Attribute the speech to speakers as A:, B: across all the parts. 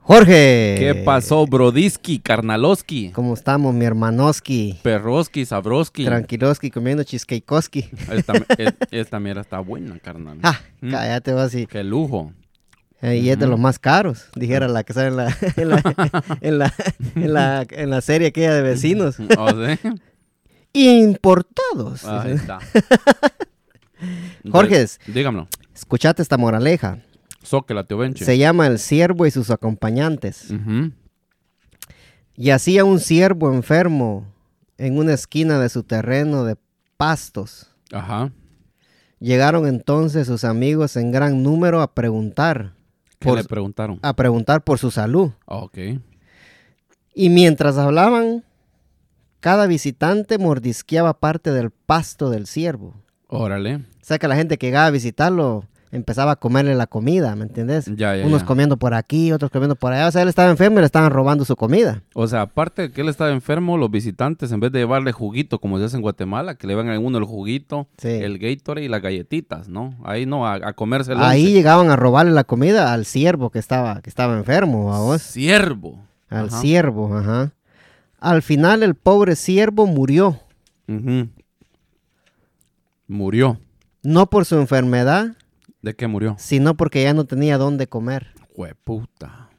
A: Jorge.
B: ¿Qué pasó, Brodiski, Karnaloski,
A: ¿Cómo estamos, mi hermanoski?
B: Perroski, Sabroski?
A: Tranquiloski, comiendo cheesecakeoski.
B: Esta, es- esta mierda está buena, carnal.
A: Ah,
B: Mm.
A: cállate, vas y,
B: Qué lujo.
A: eh, y es de los más caros, dijera la que sale en la, en la, en la, en la, en la serie aquella de vecinos.
B: O sea,
A: Importados.
B: Oh, ahí está.
A: Jorges.
B: Dí- Dígamelo.
A: Escuchate esta moraleja.
B: Soque la tío Benche.
A: Se llama El siervo y sus acompañantes.
B: Ujú.
A: Y hacía un siervo enfermo en una esquina de su terreno de pastos.
B: Ajá.
A: Llegaron entonces sus amigos en gran número a preguntar,
B: ¿Qué
A: Por-
B: le preguntaron? Ah.
A: a preguntar por su salud.
B: Ok.
A: Y mientras hablaban, cada visitante mordisqueaba parte del pasto del siervo.
B: Órale.
A: O sea que la gente que llegaba a visitarlo empezaba a comerle la comida, ¿me entendés?
B: Ya, ya,
A: Unos
B: ya.
A: comiendo por aquí, otros comiendo por allá. O sea, él estaba enfermo y le estaban robando su comida.
B: O sea, aparte de que él estaba enfermo, los visitantes, en vez de llevarle juguito, como se hace en Guatemala, que le van a uno el juguito,
A: Sí.
B: el Gatorade y las galletitas, ¿no? Ahí no, a, a comerse el
A: Ahí
B: once.
A: llegaban a robarle la comida al siervo que estaba, que estaba enfermo, ¿va vos?
B: Siervo.
A: Al
B: Ajá.
A: siervo, ajá. Al final el pobre siervo murió,
B: Ujú. Murió.
A: no por su enfermedad,
B: ¿De qué murió?
A: sino porque ya no tenía dónde comer.
B: Jueputa.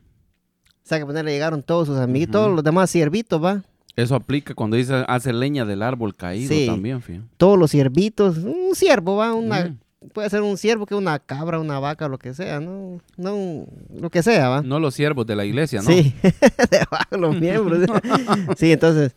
A: O sea que pues, le llegaron todos sus amiguitos, todos los demás siervitos, ¿va?
B: Eso aplica cuando dice hace leña del árbol caído
A: Sí.
B: también, fíjate.
A: Todos los siervitos, un siervo, ¿va? Una,
B: Mm.
A: Puede ser un siervo que una cabra, una vaca, lo que sea, ¿no? no un- lo que sea, ¿va?
B: No los siervos de la iglesia, ¿no?
A: Ah. Sí, debajo los miembros. sí, entonces.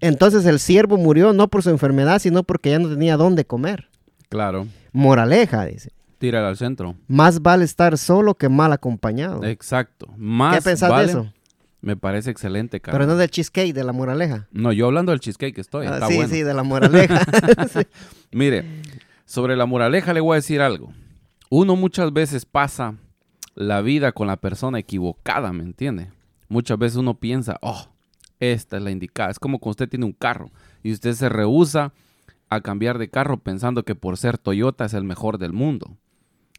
A: Entonces el siervo murió no por su enfermedad, sino porque ya no tenía dónde comer.
B: Claro.
A: Moraleja, dice.
B: Tírala al centro.
A: Más vale estar solo que mal acompañado.
B: Exacto. Eh, Más
A: ¿Qué pensás
B: vale-
A: de eso?
B: Me parece excelente, cara.
A: Pero no del cheesecake, de la moraleja.
B: No, yo hablando del cheesecake estoy.
A: Ah,
B: está
A: sí,
B: bueno.
A: sí, de la moraleja. Sí.
B: Mire, sobre la moraleja le voy a decir algo. Uno muchas veces pasa la vida con la persona equivocada, ¿me entiende? Muchas veces uno piensa, oh, esta es la indicada. Es como cuando usted tiene un carro y usted se rehúsa a cambiar de carro pensando que por ser Toyota es el mejor del mundo.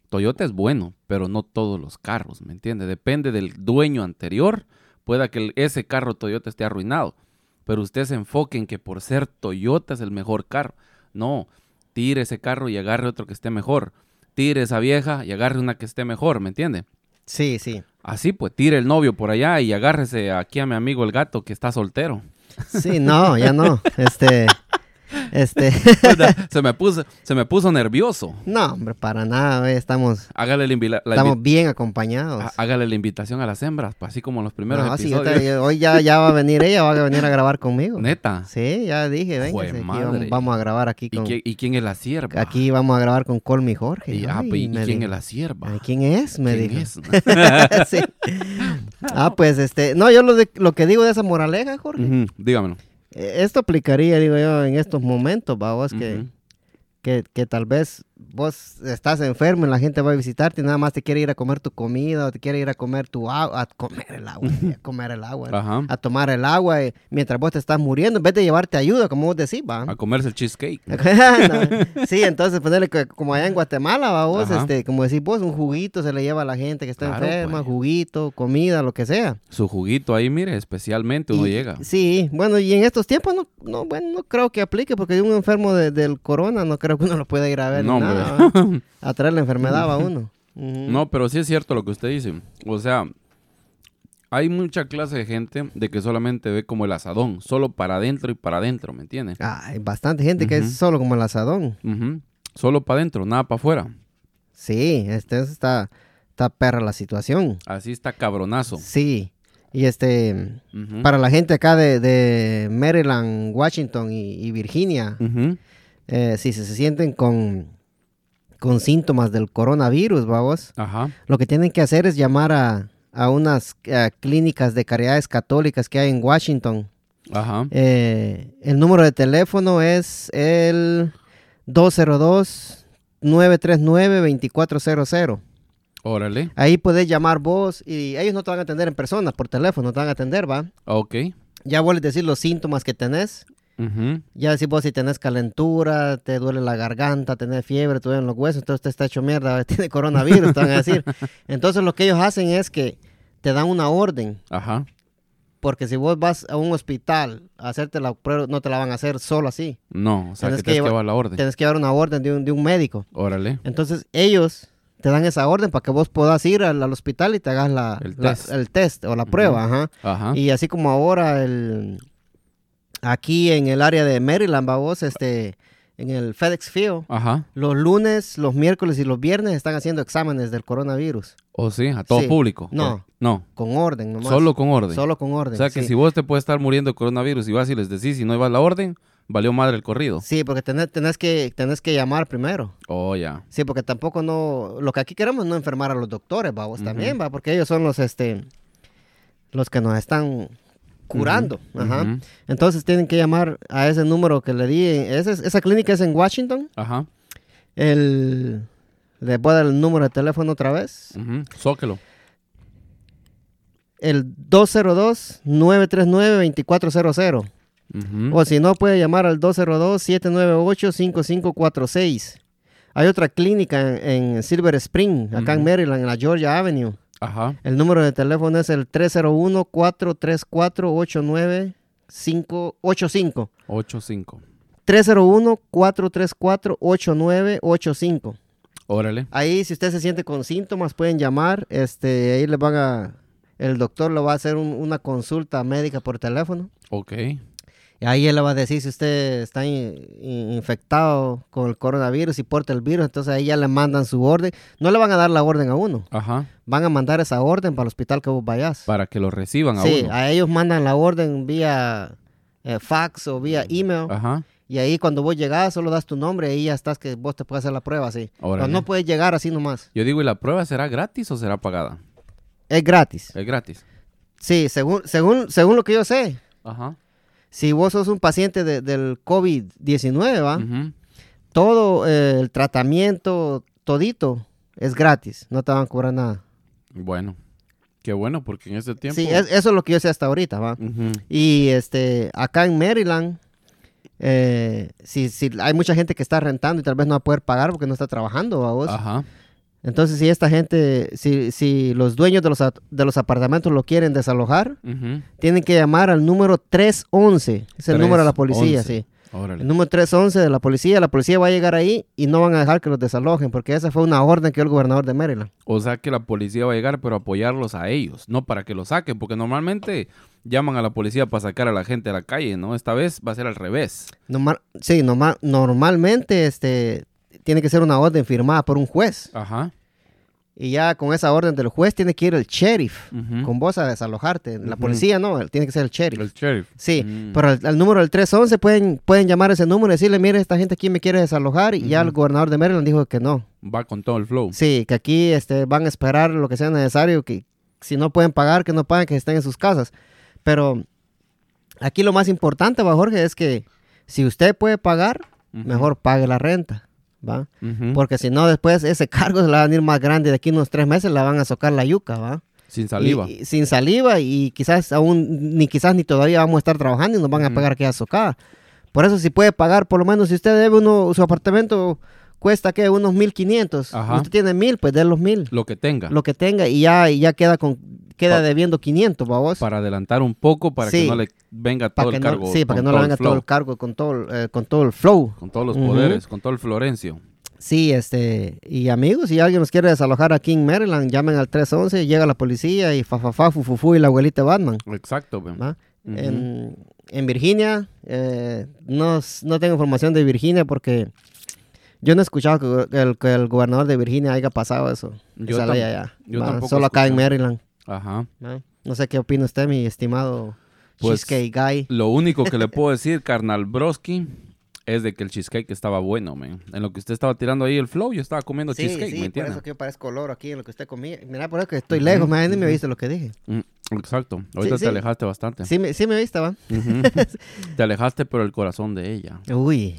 B: Toyota es bueno, pero no todos los carros, ¿me entiende? Depende del dueño anterior, pueda que el- ese carro Toyota esté arruinado, pero usted se enfoque en que por ser Toyota es el mejor carro. No, tire ese carro y agarre otro que esté mejor. Tire esa vieja y agarre una que esté mejor, ¿me entiende?
A: sí, sí.
B: Así pues, tire el novio por allá y agárrese aquí a mi amigo el gato que está soltero.
A: Sí, no, ya no. Este. Este.
B: se, me puso, se me puso nervioso.
A: No, hombre, para nada, güey, Estamos,
B: Hágale la, invila- la
A: estamos
B: invi-
A: bien acompañados.
B: há- hágale la invitación a las hembras, pa, así como en los primeros
A: No, sí, yo
B: episodios.
A: te- yo- hoy ya, ya va a venir ella, va a venir a grabar conmigo.
B: Neta.
A: Sí, ya dije,
B: Jue
A: véngase, aquí
B: madre.
A: vamos, vamos a grabar aquí
B: ¿Y,
A: con...
B: qui- y quién es la sierva?
A: Aquí vamos a grabar con Colmi Jorge.
B: Y, ah,
A: Ay,
B: pues, ¿y
A: me
B: quién
A: dijo.
B: es la sierva?
A: Ay, ¿Quién es? Me
B: ¿Quién
A: dijo.
B: es? pues,
A: Sí. Ah, pues este, no, yo lo, de- lo que digo de esa moraleja, Jorge,
B: Ujú, Dígamelo.
A: eh, esto aplicaría, digo yo, en estos momentos, va, vos que,
B: Ujú.
A: que, que tal vez vos estás enfermo y la gente va a visitarte y nada más te quiere ir a comer tu comida o te quiere ir a comer tu agua, a comer el agua, a comer el agua,
B: Ajá.
A: a tomar el agua eh, mientras vos te estás muriendo, en vez de llevarte ayuda, como vos decís, va.
B: A comerse el cheesecake.
A: No, Sí, entonces ponerle que- como allá en Guatemala, va vos,
B: Ajá.
A: este, como decís vos, un juguito se le lleva a la gente que está
B: Claro,
A: enferma,
B: pues.
A: juguito, comida, lo que sea.
B: Su juguito ahí, mire, especialmente uno
A: Y-
B: llega.
A: Sí, bueno, y en estos tiempos no, no, bueno, no creo que aplique porque un enfermo de- del corona no creo que uno lo pueda ir a ver. ni
B: No,
A: nada, ¿va? a traer la enfermedad a uno. Ujú.
B: No, pero sí es cierto lo que usted dice. O sea, hay mucha clase de gente de que solamente ve como el asadón, solo para adentro y para adentro, ¿me entiende?
A: Ah, hay bastante gente que
B: Ujú.
A: es solo como el asadón.
B: Ujú. Solo para adentro, nada para afuera.
A: Sí, este, eso está, está perra la situación.
B: Así está cabronazo.
A: Sí, y este,
B: Ujú.
A: para la gente acá de, de Maryland, Washington y, y Virginia,
B: Ujú.
A: eh, si se, se sienten con, con síntomas del coronavirus, vamos,
B: Ajá.
A: lo que tienen que hacer es llamar a, a unas eh, clínicas de caridades católicas que hay en Washington.
B: Ajá.
A: Eh, el número de teléfono es el 202-939-2400.
B: Órale.
A: Ahí podés llamar vos y ellos no te van a atender en persona, por teléfono te van a atender, ¿va?
B: Ok.
A: Ya vuelves a decir los síntomas que tenés
B: Ujú.
A: Ya si vos si tenés calentura, te duele la garganta, tenés fiebre, te duelen los huesos, entonces te está hecho mierda, tiene coronavirus, te van a decir. Entonces lo que ellos hacen es que te dan una orden,
B: Ajá.
A: porque si vos vas a un hospital a hacerte la prueba, no te la van a hacer solo así.
B: No, o sea,
A: Tienes que
B: que te lleva
A: llevar-
B: la orden.
A: Tienes que llevar una orden de un, de un médico.
B: Órale.
A: Entonces ellos te dan esa orden para que vos puedas ir al, al hospital y te hagas la,
B: El
A: la-
B: test. Ah.
A: el test o la prueba. Ajá.
B: Ajá.
A: Y así como ahora el aquí en el área de Maryland, va vos, este, en el FedEx Field,
B: Ajá.
A: los lunes, los miércoles y los viernes están haciendo exámenes del coronavirus
B: O sí, a todo
A: Sí.
B: público.
A: No.
B: No,
A: con orden, nomás.
B: solo con orden.
A: Solo con orden.
B: o sea, que
A: sí.
B: si vos te puedes estar muriendo de coronavirus y vas y les decís y no ibas la orden, valió madre el corrido.
A: Sí, porque tenés, tenés que tenés que llamar primero.
B: Oh, ya.
A: Sí, porque tampoco no lo que aquí queremos es no enfermar a los doctores, va, vos
B: Ujú.
A: también va, porque ellos son los este los que nos están curando, ajá.
B: Ujú.
A: Entonces tienen que llamar a ese número que le di. Ese es- esa clínica es en Washington.
B: Ajá.
A: El le voy a dar el número de teléfono otra vez.
B: Ujú. Zócalo.
A: El 202-939-2400.
B: Ujú.
A: O si no, puede llamar al 202-798-5546. Hay otra clínica en, en Silver Spring, acá en
B: Ujú.
A: Maryland, en la Georgia Avenue.
B: Ajá.
A: El número de teléfono es el 301-434-8985.
B: 8-5.
A: 301-434-8985.
B: Órale.
A: Ahí, si usted se siente con síntomas, pueden llamar. Este, ahí les van a. El doctor le va a hacer un- una consulta médica por teléfono.
B: Ok.
A: Y ahí él le va a decir si usted está in- in- infectado con el coronavirus y porta el virus. Entonces ahí ya le mandan su orden. No le van a dar la orden a uno.
B: Ajá.
A: Van a mandar esa orden para el hospital que vos vayas.
B: Para que lo reciban a
A: sí,
B: uno.
A: a ellos mandan la orden vía eh, fax o
B: Mm.
A: vía email.
B: Ajá.
A: Y ahí cuando vos llegás, solo das tu nombre y ya estás que vos te puedes hacer la prueba así.
B: Órale.
A: Pero no puedes llegar así nomás.
B: Yo digo, ¿y la prueba será gratis o será pagada?
A: Es gratis.
B: Es gratis.
A: Sí, según, según, según lo que yo sé,
B: Ajá.
A: si vos sos un paciente de- del COVID-19, ¿va?
B: Ujú.
A: todo eh, el tratamiento, todito, es gratis. No te van a cobrar nada.
B: Bueno. Qué bueno, porque en este tiempo.
A: Sí, es- eso es lo que yo sé hasta ahorita, ¿va?
B: Ujú.
A: Y este, acá en Maryland, eh, si, si hay mucha gente que está rentando y tal vez no va a poder pagar porque no está trabajando, ¿va vos?
B: Ajá.
A: Entonces, si esta gente, si, si los dueños de los, at- de los apartamentos lo quieren desalojar,
B: Ujú.
A: tienen que llamar al número 311. Es el número de la policía,
B: 311.
A: sí.
B: Órale.
A: El número 311 de la policía. La policía va a llegar ahí y no van a dejar que los desalojen, porque esa fue una orden que dio el gobernador de Maryland.
B: O sea que la policía va a llegar, pero apoyarlos a ellos, no para que los saquen, porque normalmente llaman a la policía para sacar a la gente a la calle, ¿no? Esta vez va a ser al revés.
A: Normal- sí, normal- normalmente este, tiene que ser una orden firmada por un juez.
B: Ajá.
A: Y ya con esa orden del juez tiene que ir el sheriff
B: Ujú.
A: con vos a desalojarte. La
B: Ujú.
A: policía no, él- tiene que ser el sheriff.
B: El sheriff.
A: Sí,
B: Mm.
A: pero al, al número del 311 pueden, pueden llamar ese número y decirle, mire, esta gente aquí me quiere desalojar y ya el gobernador de Maryland dijo que no.
B: Va con todo el flow.
A: Sí, que aquí este, van a esperar lo que sea necesario, que si no pueden pagar, que no paguen, que estén en sus casas. Pero aquí lo más importante, va Jorge, es que si usted puede pagar,
B: Ujú.
A: mejor pague la renta, ¿va?
B: Ujú.
A: Porque si no, después ese cargo se la van a ir más grande. De aquí unos tres meses la van a socar la yuca, ¿va?
B: Sin saliva.
A: Y- y sin saliva y quizás aún, ni quizás ni todavía vamos a estar trabajando y nos van a
B: Ujú.
A: pagar aquella socada. Por eso si puede pagar, por lo menos si usted debe uno, su apartamento cuesta que unos 1500.
B: Ajá.
A: Usted tiene mil, pues dé los mil,
B: Lo que tenga.
A: lo que tenga y ya, y ya queda con queda
B: Pa-
A: debiendo 500, babos.
B: Para adelantar un poco, para que
A: Sí.
B: no le venga
A: Pa'
B: todo
A: que
B: el
A: no-
B: cargo.
A: sí, para que
B: con
A: no le
B: todo el
A: venga todo
B: flow,
A: el cargo con todo, el, eh, con todo el flow.
B: Con todos los
A: Ujú.
B: poderes, con todo el florencio.
A: Sí, este, y amigos, si alguien nos quiere desalojar aquí en Maryland, llamen al 311, llega la policía y fa, fa, fa, fu, fu, fu, y la abuelita Batman.
B: Exacto. ve.
A: ¿va?
B: Ujú.
A: en, en Virginia, eh, no, s- no tengo información de Virginia porque yo no he escuchado que, que el, que el gobernador de Virginia haya pasado eso.
B: Yo
A: esa ley
B: tam-
A: allá,
B: yo
A: ¿va?
B: tampoco
A: Solo acá en
B: escuché.
A: Maryland.
B: Ajá.
A: ¿va? No sé qué opina usted, mi estimado
B: Pues-
A: Cheesecake Guy.
B: Lo único que le puedo decir, carnal Broski, es de que el cheesecake estaba bueno, man. En lo que usted estaba tirando ahí el flow, yo estaba comiendo
A: Sí,
B: cheesecake,
A: sí,
B: ¿me
A: por
B: entiendes?
A: eso que yo parezco olor aquí en lo que usted comía. Mira, por eso que estoy lejos, man, ni me viste lo que dije.
B: Mm, Exacto. Ahorita
A: Sí, sí.
B: te alejaste bastante.
A: Sí me, sí me viste, va.
B: Ujú. te alejaste, pero el corazón de ella.
A: Uy.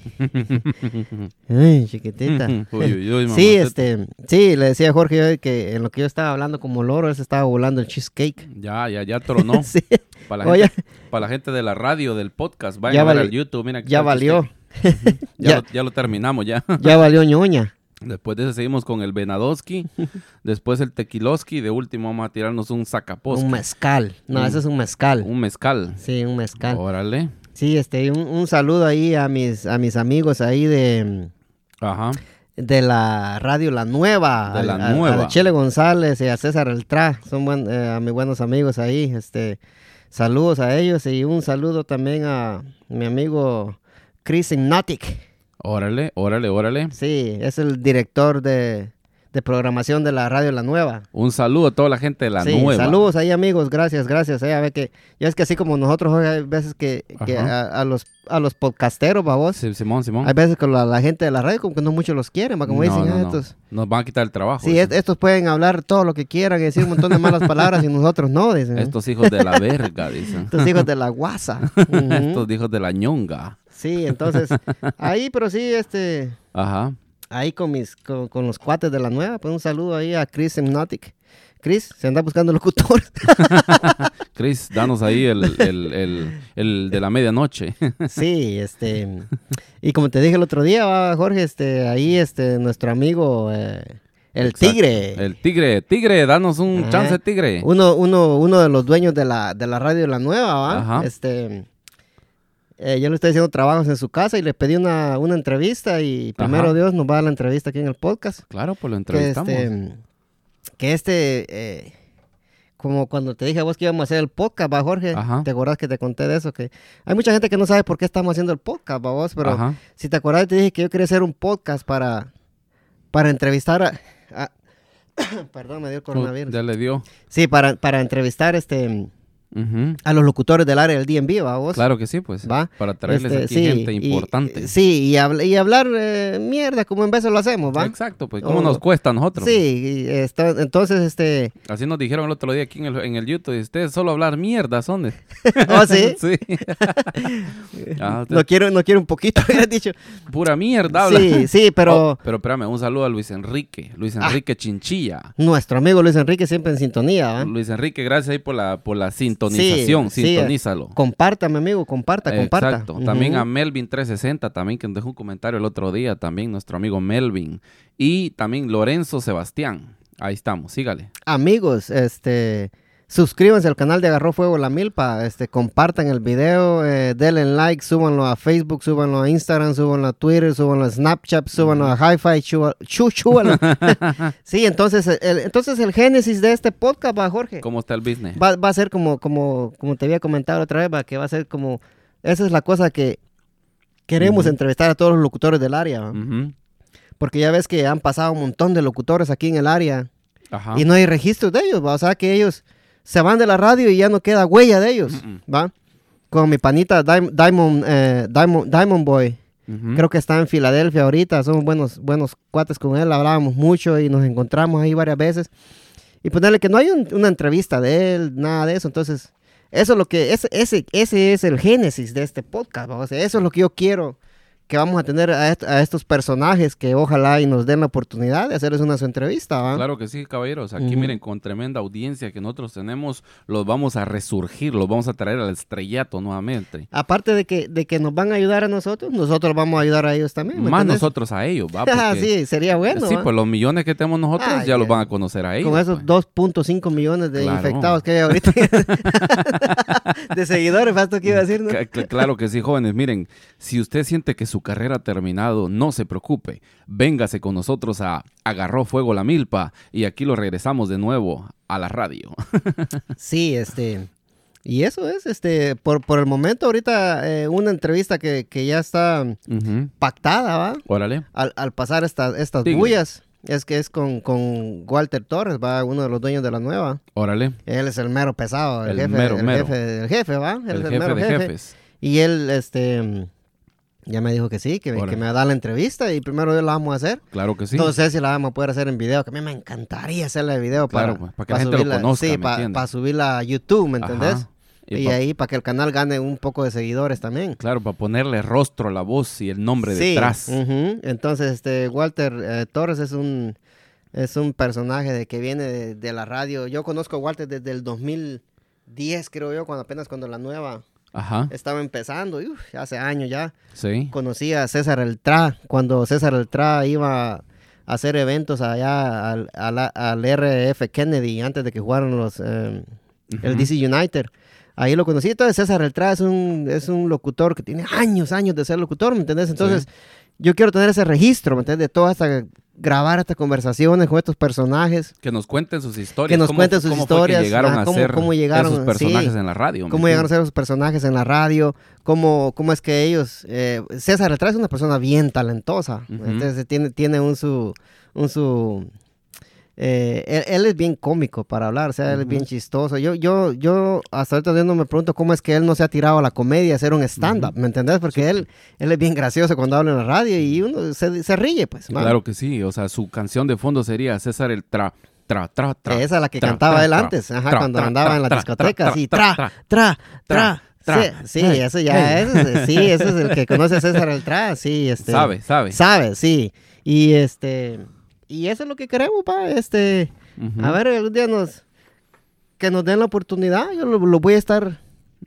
A: Ay, chiquitita.
B: Uy, uy, uy,
A: Sí,
B: mamacita.
A: este, sí, le decía a Jorge hoy que en lo que yo estaba hablando como loro, él se estaba volando el cheesecake.
B: Ya, ya, ya tronó.
A: Sí,
B: Para la,
A: Oye.
B: gente, para la gente de la radio, del podcast, vayan
A: Ya
B: a ver
A: vali-
B: al YouTube. Mira, aquí
A: ya
B: está el
A: valió,
B: chiste. Ya,
A: ya.
B: Lo, ya lo terminamos, ya.
A: ya valió ñoña.
B: Después de eso seguimos con el Venadoski, después el Tequiloski, de último vamos a tirarnos un Zacaposki,
A: Un mezcal. No,
B: Un-
A: ese es un mezcal.
B: Mm. un Oh. mezcal.
A: Sí, un mezcal.
B: Órale.
A: Sí, este, un, un saludo ahí a mis, a mis amigos ahí de,
B: Ajá.
A: de la radio La Nueva.
B: De
A: a-
B: La
A: a- a
B: Nueva.
A: Chele González y a César Eltrá. Son buen- eh, a mis buenos amigos ahí. Este, saludos a ellos y un saludo también a mi amigo Chris Ignatic.
B: Órale, órale, órale.
A: Sí, es el director de, de programación de la radio La Nueva.
B: Un saludo a toda la gente de la
A: sí,
B: nueva.
A: saludos ahí amigos, gracias, gracias. eh, a ver que, ya es que así como nosotros Jorge, hay veces que, que
B: Ajá.
A: a, a los a los podcasteros, babos,
B: Sí, Simón, Simón.
A: hay veces que la, la gente de la radio como que no mucho los quieren, va, como
B: No,
A: dicen
B: no,
A: ah,
B: no.
A: estos.
B: Nos van a quitar el trabajo.
A: Sí,
B: dicen.
A: es- estos pueden hablar todo lo que quieran y decir un montón de malas palabras y nosotros no, dicen. Estos,
B: Estos hijos de la verga, dicen.
A: hijos de la guasa. Ujú.
B: Estos hijos de la ñonga.
A: Sí, entonces, ahí, pero sí, este,
B: Ajá.
A: ahí con mis con, con los cuates de la nueva, pues un saludo ahí a Chris Semnotic. Chris, se anda buscando locutor.
B: Chris, danos ahí el, el, el- el de la medianoche.
A: sí, este y como te dije el otro día, va, Jorge, este ahí este nuestro amigo eh, el
B: Exacto.
A: Tigre.
B: El tigre, tigre, danos un
A: Ajá.
B: chance, tigre.
A: Uno, uno, uno de los dueños de la, de la radio La Nueva, ¿va?
B: Ajá.
A: Este, eh, yo le estoy haciendo trabajos en su casa y le pedí una, una entrevista y primero
B: Ajá.
A: Dios nos va a dar la entrevista aquí en el podcast.
B: Claro, pues lo
A: que
B: entrevistamos.
A: este, que este eh, como cuando te dije a vos que íbamos a hacer el podcast, va Jorge,
B: Ajá.
A: ¿te acordás que te conté de eso? Que hay mucha gente que no sabe por qué estamos haciendo el podcast, va vos, pero
B: Ajá.
A: si te acordás te dije que yo quería hacer un podcast para, para entrevistar a, a- perdón, me dio el coronavirus.
B: Ya le dio.
A: Sí, para, para entrevistar este
B: Ujú.
A: a los locutores del área del DNB, va vos.
B: Claro que sí, pues.
A: ¿Va?
B: Para traerles
A: Este,
B: aquí
A: sí,
B: gente
A: y-
B: importante.
A: sí, y, habl- y hablar eh, mierda como en veces lo hacemos, ¿va?
B: Exacto, pues. ¿Cómo
A: Oh.
B: nos cuesta a nosotros?
A: Sí, y esto- entonces este
B: Así nos dijeron el otro día aquí en el, en el YouTube. y Ustedes solo hablar mierda, son.
A: ¿Oh, sí?
B: Ah, ustedes
A: No quiero, no quiero un poquito, hubieras dicho.
B: Pura mierda hablan.
A: Sí, sí, pero Ah.
B: Oh, pero espérame, un saludo a Luis Enrique. Luis Enrique Chinchilla.
A: nuestro amigo Luis Enrique siempre en sintonía, ¿va?
B: Luis Enrique, gracias ahí por la, por la sintonización.
A: Ah. sí,
B: Sintonízalo.
A: Comparta, mi amigo, comparta, comparta.
B: Exacto. También
A: Ujú.
B: a Melvin360, también que nos dejó un comentario el otro día, también nuestro amigo Melvin. Y también Lorenzo Sebastián. Ahí estamos, sígale.
A: Amigos, este, suscríbanse al canal de Agarró Fuego La Milpa, este, compartan el video, eh, denle like, súbanlo a Facebook, súbanlo a Instagram, súbanlo a Twitter, súbanlo a Snapchat, súbanlo a Hi-Fi, chúa- chú- chúbalo. sí, entonces el, entonces el génesis de este podcast va, Jorge.
B: ¿Cómo está el business?
A: Va, va a ser como, como, como te había comentado la otra vez, va, que va a ser como, esa es la cosa que queremos
B: Ujú.
A: entrevistar a todos los locutores del área, ¿va?
B: Ujú.
A: porque ya ves que han pasado un montón de locutores aquí en el área
B: Ajá.
A: y no hay registros de ellos, ¿va? o sea que ellos se van de la radio y ya no queda huella de ellos, ¿va? Con mi panita Dim- Diamond, eh, Diamond, Diamond Boy,
B: Ujú.
A: creo que está en Filadelfia ahorita, somos buenos, buenos cuates con él, hablábamos mucho y nos encontramos ahí varias veces. Y ponerle que no hay un- una entrevista de él, nada de eso, entonces eso es lo que, ese, ese, ese es el génesis de este podcast, ¿va? O sea, eso es lo que yo quiero que vamos a tener a, est- a estos personajes que ojalá y nos den la oportunidad de hacerles una su entrevista, ¿va?
B: Claro que sí, caballeros. Aquí
A: Ujú.
B: miren, con tremenda audiencia que nosotros tenemos, los vamos a resurgir, los vamos a traer al estrellato nuevamente.
A: Aparte de que, de que nos van a ayudar a nosotros, nosotros vamos a ayudar a ellos también. ¿me
B: Más
A: entendés?
B: nosotros a ellos, ¿va?
A: Ah,
B: Porque-
A: sí, sería bueno.
B: sí,
A: ¿va?
B: pues los millones que tenemos nosotros
A: Ah,
B: ya los
A: ya.
B: van a conocer a ellos.
A: Con esos
B: pues.
A: 2.5 millones de
B: Claro.
A: infectados que hay ahorita. de seguidores, fue esto que iba a decir, ¿no?
B: Cla- cla- Claro que sí, jóvenes. Miren, si usted siente que su carrera ha terminado, no se preocupe. Véngase con nosotros a Agarró Fuego la Milpa y aquí lo regresamos de nuevo a la radio.
A: Sí, este. Y eso es, este, por, por el momento ahorita eh, una entrevista que, que ya está
B: Ujú.
A: pactada, ¿va?
B: Órale.
A: Al, al pasar estas estas
B: Tigre.
A: bullas, es que es con, con Walter Torres, va, uno de los dueños de la nueva.
B: Órale,
A: Él es el mero pesado, el,
B: El
A: jefe,
B: mero,
A: el
B: mero.
A: jefe, el jefe, ¿va? Él
B: el
A: es
B: jefe
A: mero
B: de jefes.
A: Y él, este, mm, Ya me dijo que sí, que,
B: Órale.
A: que me va a dar la entrevista y primero yo la vamos a hacer.
B: Claro que sí.
A: No sé si la vamos a poder hacer en video, que a mí me encantaría hacerla de video para,
B: Claro, pues, para que la gente lo
A: subirla-
B: conozca,
A: sí,
B: ¿me
A: pa-
B: entiendes?
A: para subirla a YouTube, ¿me
B: Ajá.
A: entendés?
B: Y
A: Y
B: pa-
A: ahí para que el canal gane un poco de seguidores también.
B: Claro, para ponerle rostro a la voz y el nombre
A: Sí, Mm.
B: detrás.
A: ujú. Entonces, este Walter eh, Torres es un es un personaje de que viene de, de la radio. Yo conozco a Walter desde el 2010, creo yo, cuando apenas cuando la nueva
B: Ajá.
A: estaba empezando, y, uf, hace años ya.
B: Sí.
A: Conocí a César Eltrá cuando César Eltrá iba a hacer eventos allá al, al- al RF Kennedy antes de que jugaran los eh, el
B: Ujú.
A: DC United. Ahí lo conocí. Entonces, César Eltrá es un, es un locutor que tiene años, años de ser locutor, ¿me entendés? Entonces, yo quiero tener ese registro, ¿me entendés? De todas estas, grabar estas conversaciones con estos personajes,
B: Que nos cuenten sus historias.
A: Que nos
B: cómo-
A: cuenten sus
B: cómo fue
A: historias,
B: que llegaron
A: ajá,
B: a
A: cómo-
B: ser
A: cómo llegaron,
B: esos personajes
A: sí.
B: en la radio. ¿me
A: cómo llegaron a
B: entiendes?
A: ser los personajes en la radio, cómo, cómo es que ellos... eh, César Eltrá es una persona bien talentosa,
B: Ujú.
A: entonces eh, tiene, tiene un su... Un su eh, él, él es bien cómico para hablar, o sea, él es bien chistoso. Yo, yo, yo hasta ahorita yo no me pregunto cómo es que él no se ha tirado a la comedia, a hacer un stand-up, ¿me entendés? Porque él, él es bien gracioso cuando habla en la radio y uno se, se ríe, pues. man.
B: Claro que sí. O sea, su canción de fondo sería César el tra, tra, tra, tra.
A: Esa es la que
B: tra,
A: cantaba
B: tra,
A: él
B: tra,
A: antes, ajá,
B: tra,
A: cuando
B: tra,
A: andaba
B: tra,
A: en las
B: tra,
A: discotecas
B: tra,
A: y
B: tra,
A: tra, tra, tra,
B: tra,
A: tra. Sí, eso ya es, sí, ese es el que conoce a César el tra, sí, este.
B: Sabe, sabe.
A: Sabe, sí. Y este, y eso es lo que queremos, pa, este,
B: Ujú.
A: a ver, algún día nos, que nos den la oportunidad, yo lo, lo voy a estar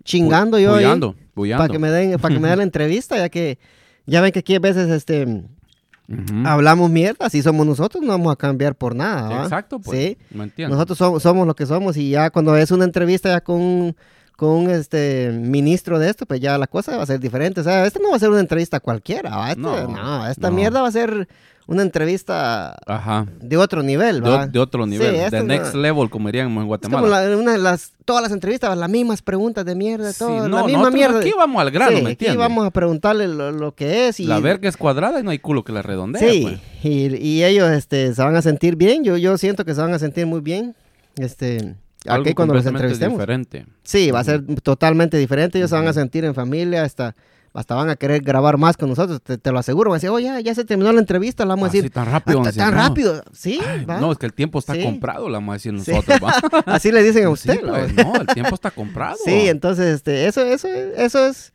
A: chingando yo ahí
B: Bullando, bullando.
A: para que me den, para que me den la entrevista, ya que, ya ven que aquí a veces, este,
B: Ujú.
A: hablamos mierda, así somos nosotros, no vamos a cambiar por nada, ¿va?
B: Exacto, pues.
A: Sí.
B: ¿Me entiendes?
A: Nosotros somos, somos lo que somos y ya cuando es una entrevista ya con, un- con un este, ministro de esto, pues ya la cosa va a ser diferente. O sea, esta no va a ser una entrevista cualquiera. ¿va? Este-
B: No,
A: no, esta
B: no.
A: mierda va a ser una entrevista
B: Ajá.
A: de otro nivel.
B: De,
A: ¿va?
B: o- de otro
A: Sí,
B: nivel.
A: esta
B: de
A: es una-
B: next level, como diríamos en
A: Es como
B: Guatemala.
A: la- una de las, todas las entrevistas, las mismas preguntas de mierda,
B: Sí,
A: todo,
B: no,
A: la misma
B: nosotros
A: mierda.
B: Aquí vamos al grano,
A: Sí,
B: ¿me
A: aquí
B: entiendes?
A: vamos a preguntarle lo, lo que es y
B: La verga es cuadrada y no hay culo que la redondee.
A: Sí,
B: pues.
A: y, y ellos este, se van a sentir bien. Yo, yo siento que se van a sentir muy bien. Este,
B: Algo
A: aquí cuando los
B: completamente
A: entrevistemos.
B: diferente.
A: Sí, va a ser totalmente diferente. Ellos se van a sentir en familia, hasta, hasta van a querer grabar más con nosotros. Te, te lo aseguro. Van a decir, oh, ya, ya se terminó la entrevista. La vamos a
B: Así
A: decir.
B: tan rápido.
A: "Ah,
B: vamos a
A: ta- tan
B: decir, no.
A: rápido. Sí,
B: Ay,
A: va.
B: No, es que el tiempo está
A: Sí.
B: comprado, la vamos a decir
A: Sí.
B: nosotros. ¿va?
A: Así le dicen a
B: Sí,
A: usted. ¿no?
B: pues, no, el tiempo está comprado.
A: Sí, entonces, este, eso, eso, eso es,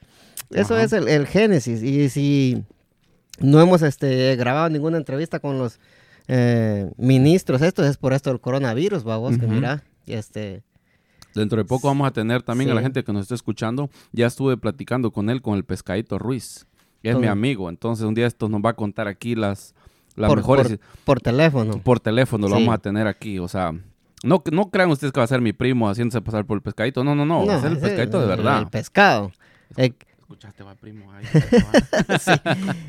A: eso
B: Ajá.
A: es el, el génesis. Y si no hemos este, grabado ninguna entrevista con los eh, ministros, esto es por esto del coronavirus, babos, que
B: Ujú.
A: mira, este,
B: Dentro de poco vamos a tener también a la
A: Sí.
B: gente que nos está escuchando. Ya estuve platicando con él, con el pescadito Ruiz. que es
A: Con-
B: mi amigo. Entonces, un día estos nos va a contar aquí las, las
A: por,
B: mejores.
A: por, por teléfono.
B: por teléfono lo
A: Sí.
B: vamos a tener aquí, o sea, no, no crean ustedes que va a ser mi primo haciéndose pasar por el pescadito, no, no, no, va a ser el
A: ese-
B: pescadito de
A: El
B: verdad.
A: pescado. El,
B: Escuchaste, va primo, ahí.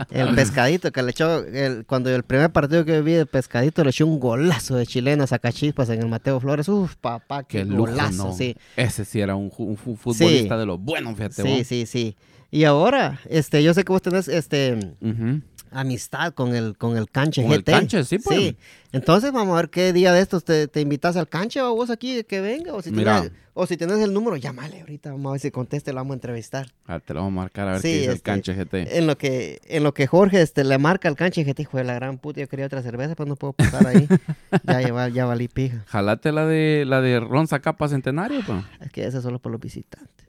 A: el pescadito que le echó, el- cuando el primer partido que vi de pescadito le echó un golazo de chilena sacachispas en el Mateo Flores. Uf, papá, qué,
B: Qué lujo,
A: golazo,
B: no.
A: sí.
B: Ese sí era un, ju- un fu- futbolista de los buenos, fíjate
A: Sí,
B: vos.
A: sí, sí. Y ahora, este, yo sé que vos tenés este
B: Ujú.
A: amistad con el con el canche
B: Con el
A: GT.
B: Canche, sí, pues.
A: Entonces vamos a ver qué día de estos te, te invitas al canche o vos aquí que venga o si
B: Mira.
A: tenés, o si tenés el número, llámale ahorita, vamos a ver si conteste, lo vamos a entrevistar.
B: Ah, te lo vamos a marcar a ver
A: Sí,
B: qué dice el
A: este,
B: canche GT.
A: En lo que en lo que Jorge este le marca al canche GT, hijo de la gran puta, yo quería otra cerveza, pues no puedo pasar ahí. ya lleva ya valí pija.
B: Jalate la de, la de Ron Zacapa Centenario, pues.
A: Es que esa es solo por los visitantes.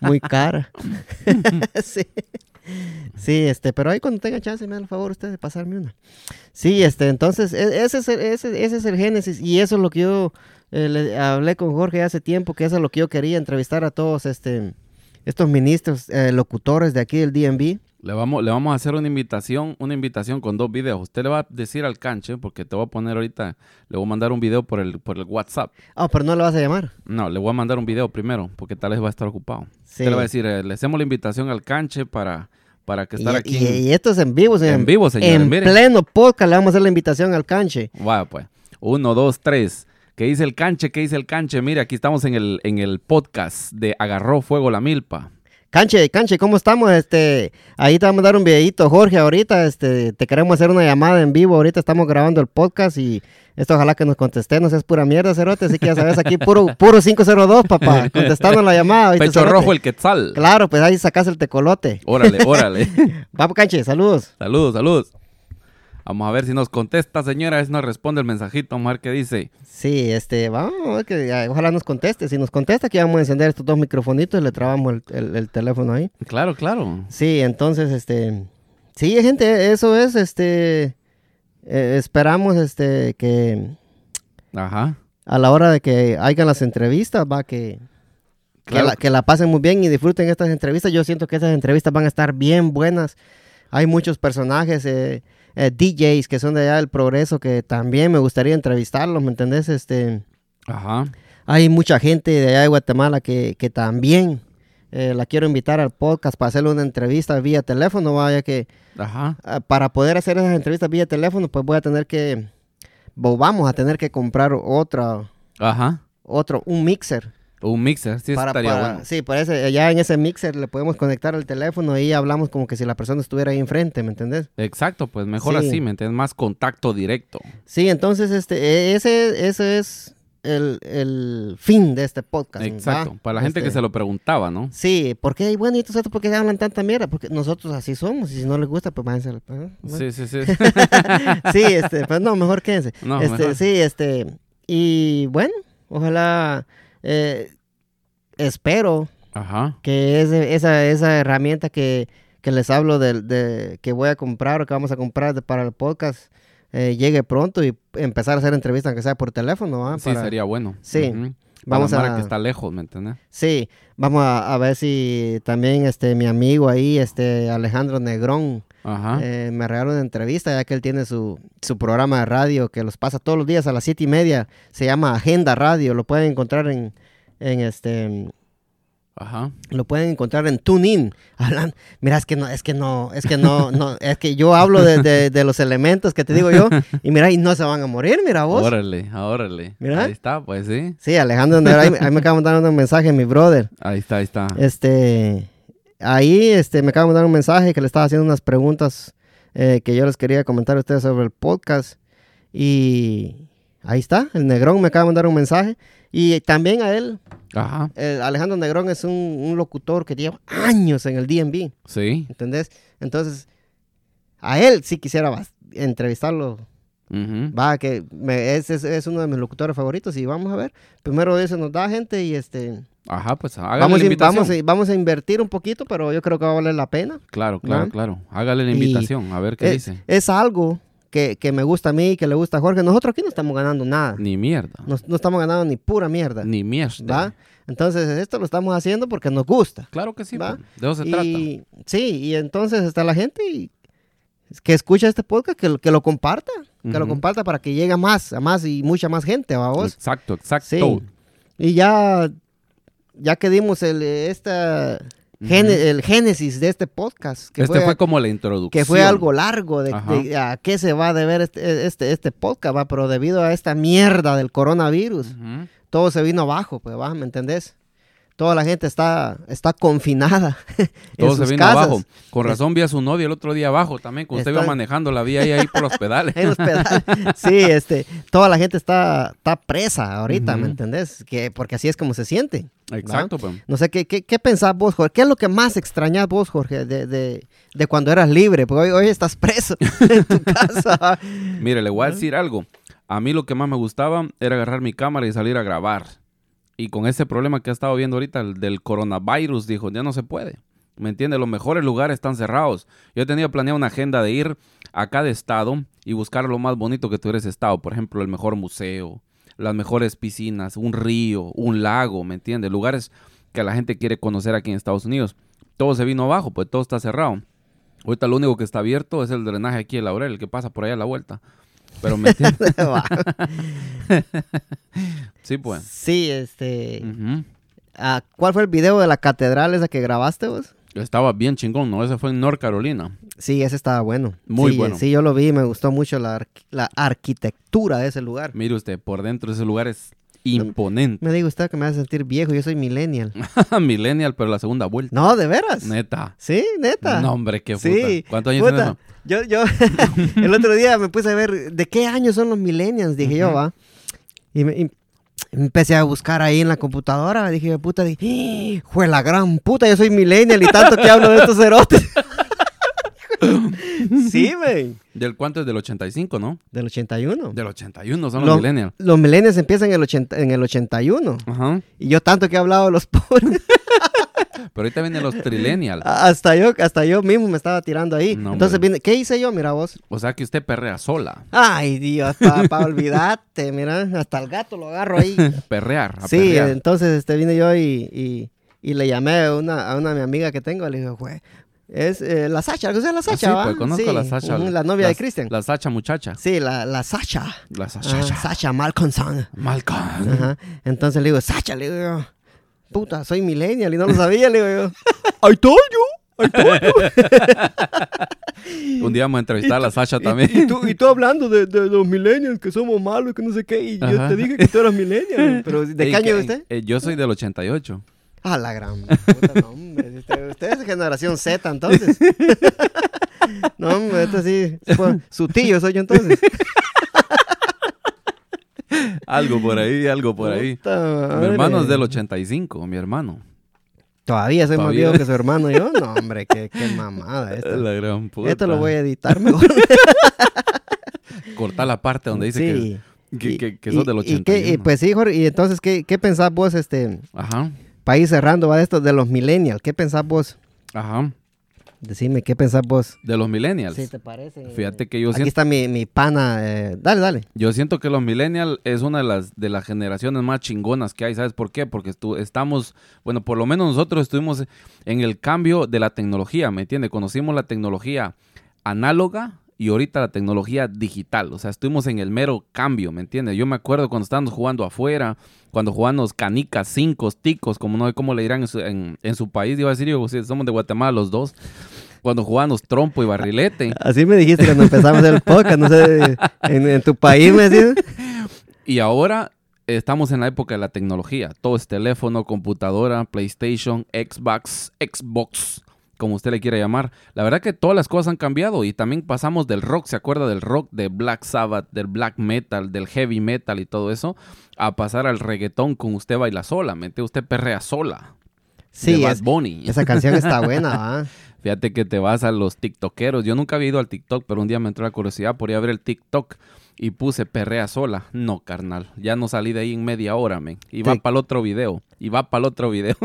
A: Muy cara. sí. Sí, este, pero ahí cuando tenga chance me da el favor usted de pasarme una. Sí, este, entonces, e- ese es el, ese, ese es el génesis y eso es lo que yo eh, le hablé con Jorge hace tiempo, que eso es lo que yo quería, entrevistar a todos este, estos ministros, eh, locutores de aquí del DNB.
B: Le vamos, le vamos a hacer una invitación, una invitación con dos videos. Usted le va a decir al canche, porque te voy a poner ahorita, le voy a mandar un video por el, por el WhatsApp.
A: Ah, pero no lo vas a llamar.
B: No, le voy a mandar un video primero, porque tal vez va a estar ocupado.
A: Sí.
B: Usted le va a decir, eh, le hacemos la invitación al canche para, para que
A: Y, e,
B: estar aquí.
A: y- y esto es en vivo, señor.
B: En vivo, señores,
A: En
B: miren.
A: pleno podcast le vamos a hacer la invitación al canche.
B: Vaya, pues. Uno, dos, tres. ¿Qué dice el canche? ¿Qué dice el canche? Mira, aquí estamos en el, en el podcast de Agarró Fuego la Milpa.
A: Canche, Canche, ¿cómo estamos? Este, ahí te vamos a dar un videito, Jorge, ahorita, este, te queremos hacer una llamada en vivo, ahorita estamos grabando el podcast y esto ojalá que nos contestes, no seas pura mierda, Cerote, así que ya sabes, aquí puro, puro 502, papá, contestando la llamada. ¿oíste,
B: Pecho
A: Cerote?
B: rojo el quetzal.
A: Claro, pues ahí sacas el tecolote.
B: Órale, órale.
A: Vamos, Canche, saludos.
B: saludos, saludos. Vamos a ver si nos contesta, señora. A ver si nos responde el mensajito. Vamos a ver qué dice.
A: Sí, este, vamos, que, ah, ojalá nos conteste, si nos contesta aquí vamos a encender estos dos microfonitos y le trabamos el- el- el teléfono ahí.
B: Claro, claro.
A: Sí, entonces, este, sí, gente, eso es, este, eh, esperamos, este, que
B: Ajá.
A: a la hora de que hagan las entrevistas, va, que, que
B: Claro.
A: la, que la pasen muy bien y disfruten estas entrevistas. Yo siento que estas entrevistas van a estar bien buenas. Hay muchos personajes, eh, eh, DJs que son de allá del progreso que también me gustaría entrevistarlos, ¿me entendés? Este,
B: Ajá.
A: hay mucha gente de allá de Guatemala que, que también eh, la quiero invitar al podcast para hacerle una entrevista vía teléfono, vaya que...
B: Ajá.
A: Ah, para poder hacer esas entrevistas vía teléfono, pues voy a tener que, o vamos a tener que comprar otra,
B: Ajá.
A: otro, un mixer.
B: Un mixer, sí,
A: para,
B: estaría
A: para-
B: bueno.
A: Sí, por ese, ya en ese mixer le podemos conectar al teléfono y hablamos como que si la persona estuviera ahí enfrente, ¿me entendés?
B: Exacto, pues mejor
A: Sí.
B: así, ¿me entiendes? Más contacto directo.
A: Sí, entonces este, e- ese, ese es el, el fin de este podcast. ¿va?
B: Exacto. Para la gente que
A: Este,
B: se lo preguntaba, ¿no?
A: Sí, porque, bueno, y entonces, ¿por qué hablan tanta mierda? Porque nosotros así somos, y si no les gusta, pues váyanse. a la- ah, bueno.
B: Sí, sí, sí.
A: sí, este, pues no, mejor quédense.
B: No,
A: Este,
B: mejor.
A: Sí, este, y bueno, ojalá, eh, espero
B: Ajá.
A: que ese- esa, esa herramienta que, que les hablo del- de, que voy a comprar o que vamos a comprar de- para el podcast eh, llegue pronto y empezar a hacer entrevistas, aunque sea por teléfono. ¿ah?
B: Sí,
A: Para-
B: sería bueno.
A: Sí.
B: Ujú. Para
A: Vamos
B: la mara
A: a,
B: que está lejos, ¿me entiendes?
A: sí, vamos a, a ver si también este, mi amigo ahí, este, Alejandro Negrón,
B: Ajá.
A: eh, me regaló una entrevista, ya que él tiene su, su programa de radio que los pasa todos los días a las siete y media. Se llama Agenda Radio. Lo pueden encontrar en, en este.
B: Ajá.
A: Lo pueden encontrar en TuneIn. Hablan, mira, es que no, es que no, es que no, no, es que yo hablo de, de- de los elementos que te digo yo. Y mira, y no se van a morir, mira vos.
B: Órale, órale.
A: Mira.
B: Ahí está, pues sí.
A: Sí, Alejandro, Negra, ahí, ahí me acaba de mandar un mensaje, mi brother.
B: Ahí está, ahí está.
A: Este, ahí este, me acaba de mandar un mensaje que le estaba haciendo unas preguntas eh, que yo les quería comentar a ustedes sobre el podcast. Y ahí está, el Negrón me acaba de mandar un mensaje. Y también a él,
B: Ajá.
A: el Alejandro Negrón es un, un locutor que lleva años en el DNB,
B: Sí.
A: ¿entendés? Entonces, a él sí quisiera bas- entrevistarlo.
B: Ujú.
A: Va, que me- es, es- es uno de mis locutores favoritos y vamos a ver. Primero de eso nos da gente y este...
B: Ajá, pues hágale
A: Vamos
B: la
A: a, in-
B: invitación.
A: vamos, a, vamos a invertir un poquito, pero yo creo que va a valer la pena.
B: Claro, claro,
A: ¿no?
B: claro. Hágale la
A: Y-
B: invitación, a ver qué
A: es,
B: dice.
A: es algo que, que me gusta a mí, que le gusta a Jorge. Nosotros aquí no estamos ganando nada.
B: Ni mierda.
A: No, no estamos ganando ni pura mierda.
B: Ni mierda.
A: ¿va? Entonces, esto lo estamos haciendo porque nos gusta.
B: Claro que sí,
A: ¿Va?
B: pues, de eso se trata.
A: Y, sí, y entonces está la gente y- que escucha este podcast, que, lo- que lo comparta. Que lo
B: Ujú.
A: comparta para que llegue a más, a más y mucha más gente, ¿va vos?
B: Exacto, exacto.
A: Sí. Y ya, ya que dimos el, eh, esta gene- el génesis de este podcast, que,
B: este fue,
A: fue,
B: como la introducción.
A: que fue algo largo de,
B: Ajá.
A: de a qué se va a deber este, este, este podcast, va, pero debido a esta mierda del coronavirus,
B: Ujú.
A: todo se vino abajo, pues va, ¿me entendés? Toda la gente está, está confinada en
B: Todo se
A: sus
B: vino
A: casas.
B: abajo. Con razón vi a su novia el otro día abajo también, cuando usted iba
A: Está- Eh,
B: manejando la vía ahí, ahí por los pedales.
A: en los pedales. Sí, este, toda la gente está, está presa ahorita, ¿me
B: Ujú.
A: entendés? Que, porque así es como se siente.
B: Exacto, pues.
A: No sé, ¿qué, qué, qué pensás vos, Jorge? ¿Qué es lo que más extrañás vos, Jorge, de, de, de cuando eras libre? Porque hoy, hoy estás preso en tu casa.
B: Mire, le voy a decir algo. A mí lo que más me gustaba era agarrar mi cámara y salir a grabar. Y con ese problema que ha estado viendo ahorita el del coronavirus, dijo, ya no se puede. ¿Me entiende? Los mejores lugares están cerrados. Yo tenía planeado una agenda de ir a cada estado y buscar lo más bonito que tuviera ese estado. Por ejemplo, el mejor museo, las mejores piscinas, un río, un lago, ¿me entiende? Lugares que la gente quiere conocer aquí en Estados Unidos. Todo se vino abajo, pues todo está cerrado. Ahorita lo único que está abierto es el drenaje aquí en Laurel, el que pasa por allá a la vuelta. Pero me entiendes.
A: Va.
B: Sí, pues.
A: sí, este...
B: Ujú.
A: ah, ¿Cuál fue el video de la catedral esa que grabaste vos?
B: Estaba bien chingón, ¿no? Ese fue en North Carolina.
A: Sí, ese estaba bueno.
B: Muy
A: Sí,
B: bueno.
A: Sí, yo lo vi y me gustó mucho la, arqui- la arquitectura de ese lugar.
B: Mm. Mire usted, por dentro ese lugar es Imponente.
A: Me digo usted que me hace sentir viejo, yo soy millennial.
B: Millennial, pero la segunda vuelta.
A: No, de veras.
B: Neta.
A: Sí, neta.
B: No, hombre, qué puta.
A: Sí.
B: ¿Cuántos años
A: puta.
B: tienes? no?
A: Yo, yo, el otro día me puse a ver de qué año son los millennials, dije yo,
B: Ujú.
A: va. Y, me, y empecé a buscar ahí en la computadora, dije, puta, dije, "¡Ah! jue la gran puta, yo soy millennial y tanto que hablo de estos cerotes. sí, güey.
B: ¿Del cuánto es? Del 85, ¿no?
A: Del 81.
B: Del 81 son los
A: Lo-
B: millennials.
A: Los millennials empiezan en el, 80 en el 81.
B: Ajá.
A: Y yo tanto que he hablado de los pobres,
B: Pero ahorita vienen los trillennials.
A: hasta yo, hasta yo mismo me estaba tirando ahí.
B: No,
A: Entonces,
B: hombre.
A: vine- ¿qué hice yo? Mira vos.
B: O sea que usted perrea sola.
A: Ay, Dios, para olvidarte, mira, hasta el gato lo agarro ahí.
B: Perrear. A
A: sí,
B: perrear.
A: entonces este, vine yo y, y- y le llamé a una, a una mi amiga que tengo, le dije, güey, es eh, la Sacha, ¿conoces a la
B: Ah,
A: Sacha?
B: sí,
A: va?
B: pues, conozco
A: Sí,
B: a la Sasha.
A: ujú, la novia de
B: Las-
A: Christian.
B: La Sacha muchacha.
A: Sí, la, la Sacha.
B: La
A: Ah,
B: Sacha.
A: Sacha, Malconson.
B: Malcolm.
A: Ajá. Entonces le digo, Sacha, le digo, yo, puta, soy millennial y no lo sabía, le digo yo.
B: I told you. Un día vamos a entrevistar a la Sacha también.
A: Y, tú, y tú hablando de, de los millennials, que somos malos, que no sé qué, y yo
B: Ajá.
A: te dije que tú eras millennial. Pero, ¿de
B: Ey,
A: qué año
B: que-
A: es usted?
B: eh, yo soy del 88.
A: A la gran puta, no, hombre. Usted, usted es generación Z, entonces. No, hombre, esto sí. fue- Su tío soy yo, entonces.
B: Algo por ahí, algo por ahí.
A: Puta
B: Mi hermano
A: madre.
B: es del 85, mi hermano.
A: Todavía soy más
B: Todavía.
A: viejo que su hermano. Yo, no, hombre, qué, qué mamada esta.
B: La gran puta.
A: Esto Este, lo voy a editar mejor.
B: Cortar la parte donde dice
A: Sí.
B: que, que,
A: Y-
B: que, que
A: y-
B: sos del
A: y qué-
B: 81.
A: y pues sí, Jorge, y entonces, ¿qué, qué pensás vos, este,
B: Ajá,
A: país cerrando, va de estos, de los millennials? ¿Qué pensás vos?
B: ajá.
A: Decime, ¿qué pensás vos?
B: De los millennials.
A: Sí, te parece.
B: Fíjate que yo
A: Aquí
B: siento,
A: está mi, mi pana. eh, dale, dale.
B: yo siento que los millennials es una de las, de las generaciones más chingonas que hay. ¿Sabes por qué? Porque estu- estamos, bueno, por lo menos nosotros estuvimos en el cambio de la tecnología, ¿me entiendes? Conocimos la tecnología análoga y ahorita la tecnología digital. O sea, estuvimos en el mero cambio, ¿me entiendes? Yo me acuerdo cuando estábamos jugando afuera, cuando jugábamos canicas, cinco, ticos, como no sé cómo le dirán en su, en- en su país. Iba a decir, yo, si somos de Guatemala los dos. Cuando jugábamos trompo y barrilete.
A: Así me dijiste cuando empezamos el podcast, no sé, en, en tu país me decías.
B: Y ahora estamos en la época de la tecnología. Todo es teléfono, computadora, PlayStation, Xbox, Xbox, como usted le quiera llamar. La verdad que todas las cosas han cambiado y también pasamos del rock, ¿se acuerda del rock de Black Sabbath, del black metal, del heavy metal y todo eso? A pasar al reggaetón con usted baila sola, ¿me entiende? Usted perrea sola.
A: Sí,
B: de Bad
A: es-
B: Bunny.
A: esa canción está buena, ¿va?
B: Fíjate que te vas a los TikTokeros. Yo nunca había ido al TikTok, pero un día me entró la curiosidad por ir a ver el TikTok y puse perrea sola. No, carnal. Ya no salí de ahí en media hora, men. Y va
A: Te-
B: para el otro video. Y va para el otro video.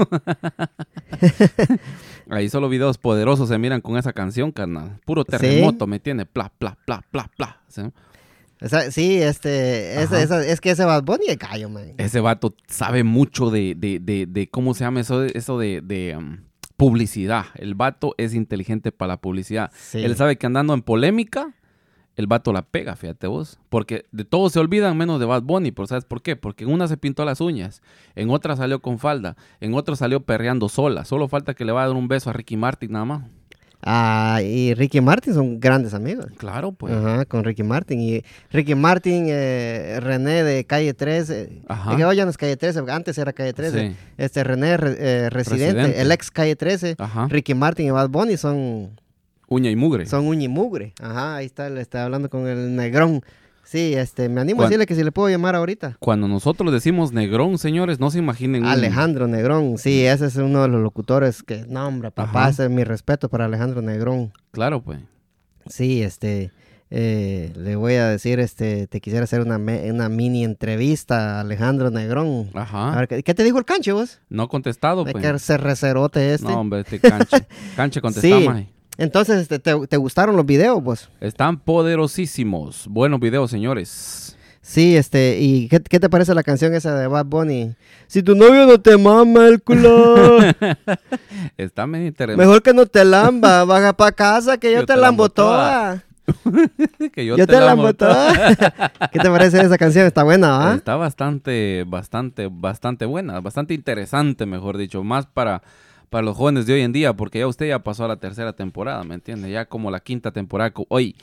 B: ahí solo videos poderosos se miran con esa canción, carnal. Puro terremoto, ¿me entiendes? Pla, pla, pla, pla, pla. ¿Sí?
A: O sea, sí, este, esa-
B: Ajá. Eh,
A: esa- es que ese Bad Bunny es gallo, man.
B: Ese vato sabe mucho de, de, de, de cómo se llama eso, de- eso de, de, um, publicidad. El vato es inteligente para la publicidad.
A: Sí.
B: Él sabe que andando en polémica, el vato la pega, fíjate vos. Porque de todos se olvidan menos de Bad Bunny, pero ¿sabes por qué? Porque en una se pintó las uñas, en otra salió con falda, en otra salió perreando sola. Solo falta que le vaya a dar un beso a Ricky Martin nada más.
A: Ah, y Ricky Martin son grandes amigos.
B: Claro, pues.
A: Ajá, con Ricky Martin. Y Ricky Martin, eh, René de Calle 13.
B: Ajá.
A: Es que hoy ya no es Calle 13, porque antes era Calle 13.
B: Sí.
A: Este René, re- eh, residente,
B: Residente.
A: el ex Calle 13.
B: Ajá.
A: Ricky Martin y Bad Bunny son
B: Uña y mugre.
A: Son uñimugre. Ajá, ahí está, le está hablando con el negrón. Sí, este, me animo a
B: Cuan-
A: decirle que si le puedo llamar ahorita.
B: Cuando nosotros decimos negrón, señores, no se imaginen. un-
A: Alejandro Negrón, sí, ese es uno de los locutores que, no hombre, papá,
B: Ajá.
A: ese es mi respeto para Alejandro Negrón.
B: Claro, pues.
A: Sí, este, eh, le voy a decir, este, te quisiera hacer una, me- una mini entrevista a Alejandro Negrón. A
B: Ajá.
A: ver, ¿qué, qué te dijo el canche vos?
B: No ha contestado,
A: Hay
B: Ah. pues.
A: que ser recerote este.
B: No, hombre, este canche. Canche contesta,
A: Sí.
B: maje.
A: Entonces, este, ¿te, te gustaron los videos vos?
B: Están poderosísimos. Buenos videos, señores.
A: Sí, este, ¿y qué, qué te parece la canción esa de Bad Bunny? Si tu novio no te mama el culo,
B: Están bien interesantes.
A: mejor que no te lamba, baja pa' casa que yo, te, lambo toda.
B: que
A: Yo, te lambo toda. ¿Qué te parece esa canción? Está buena, ¿va?
B: Está bastante, bastante, bastante buena, bastante interesante, mejor dicho, más para, para los jóvenes de hoy en día, porque ya usted ya pasó a la tercera temporada, ¿me entiende? Ya como la quinta temporada. co- Hoy,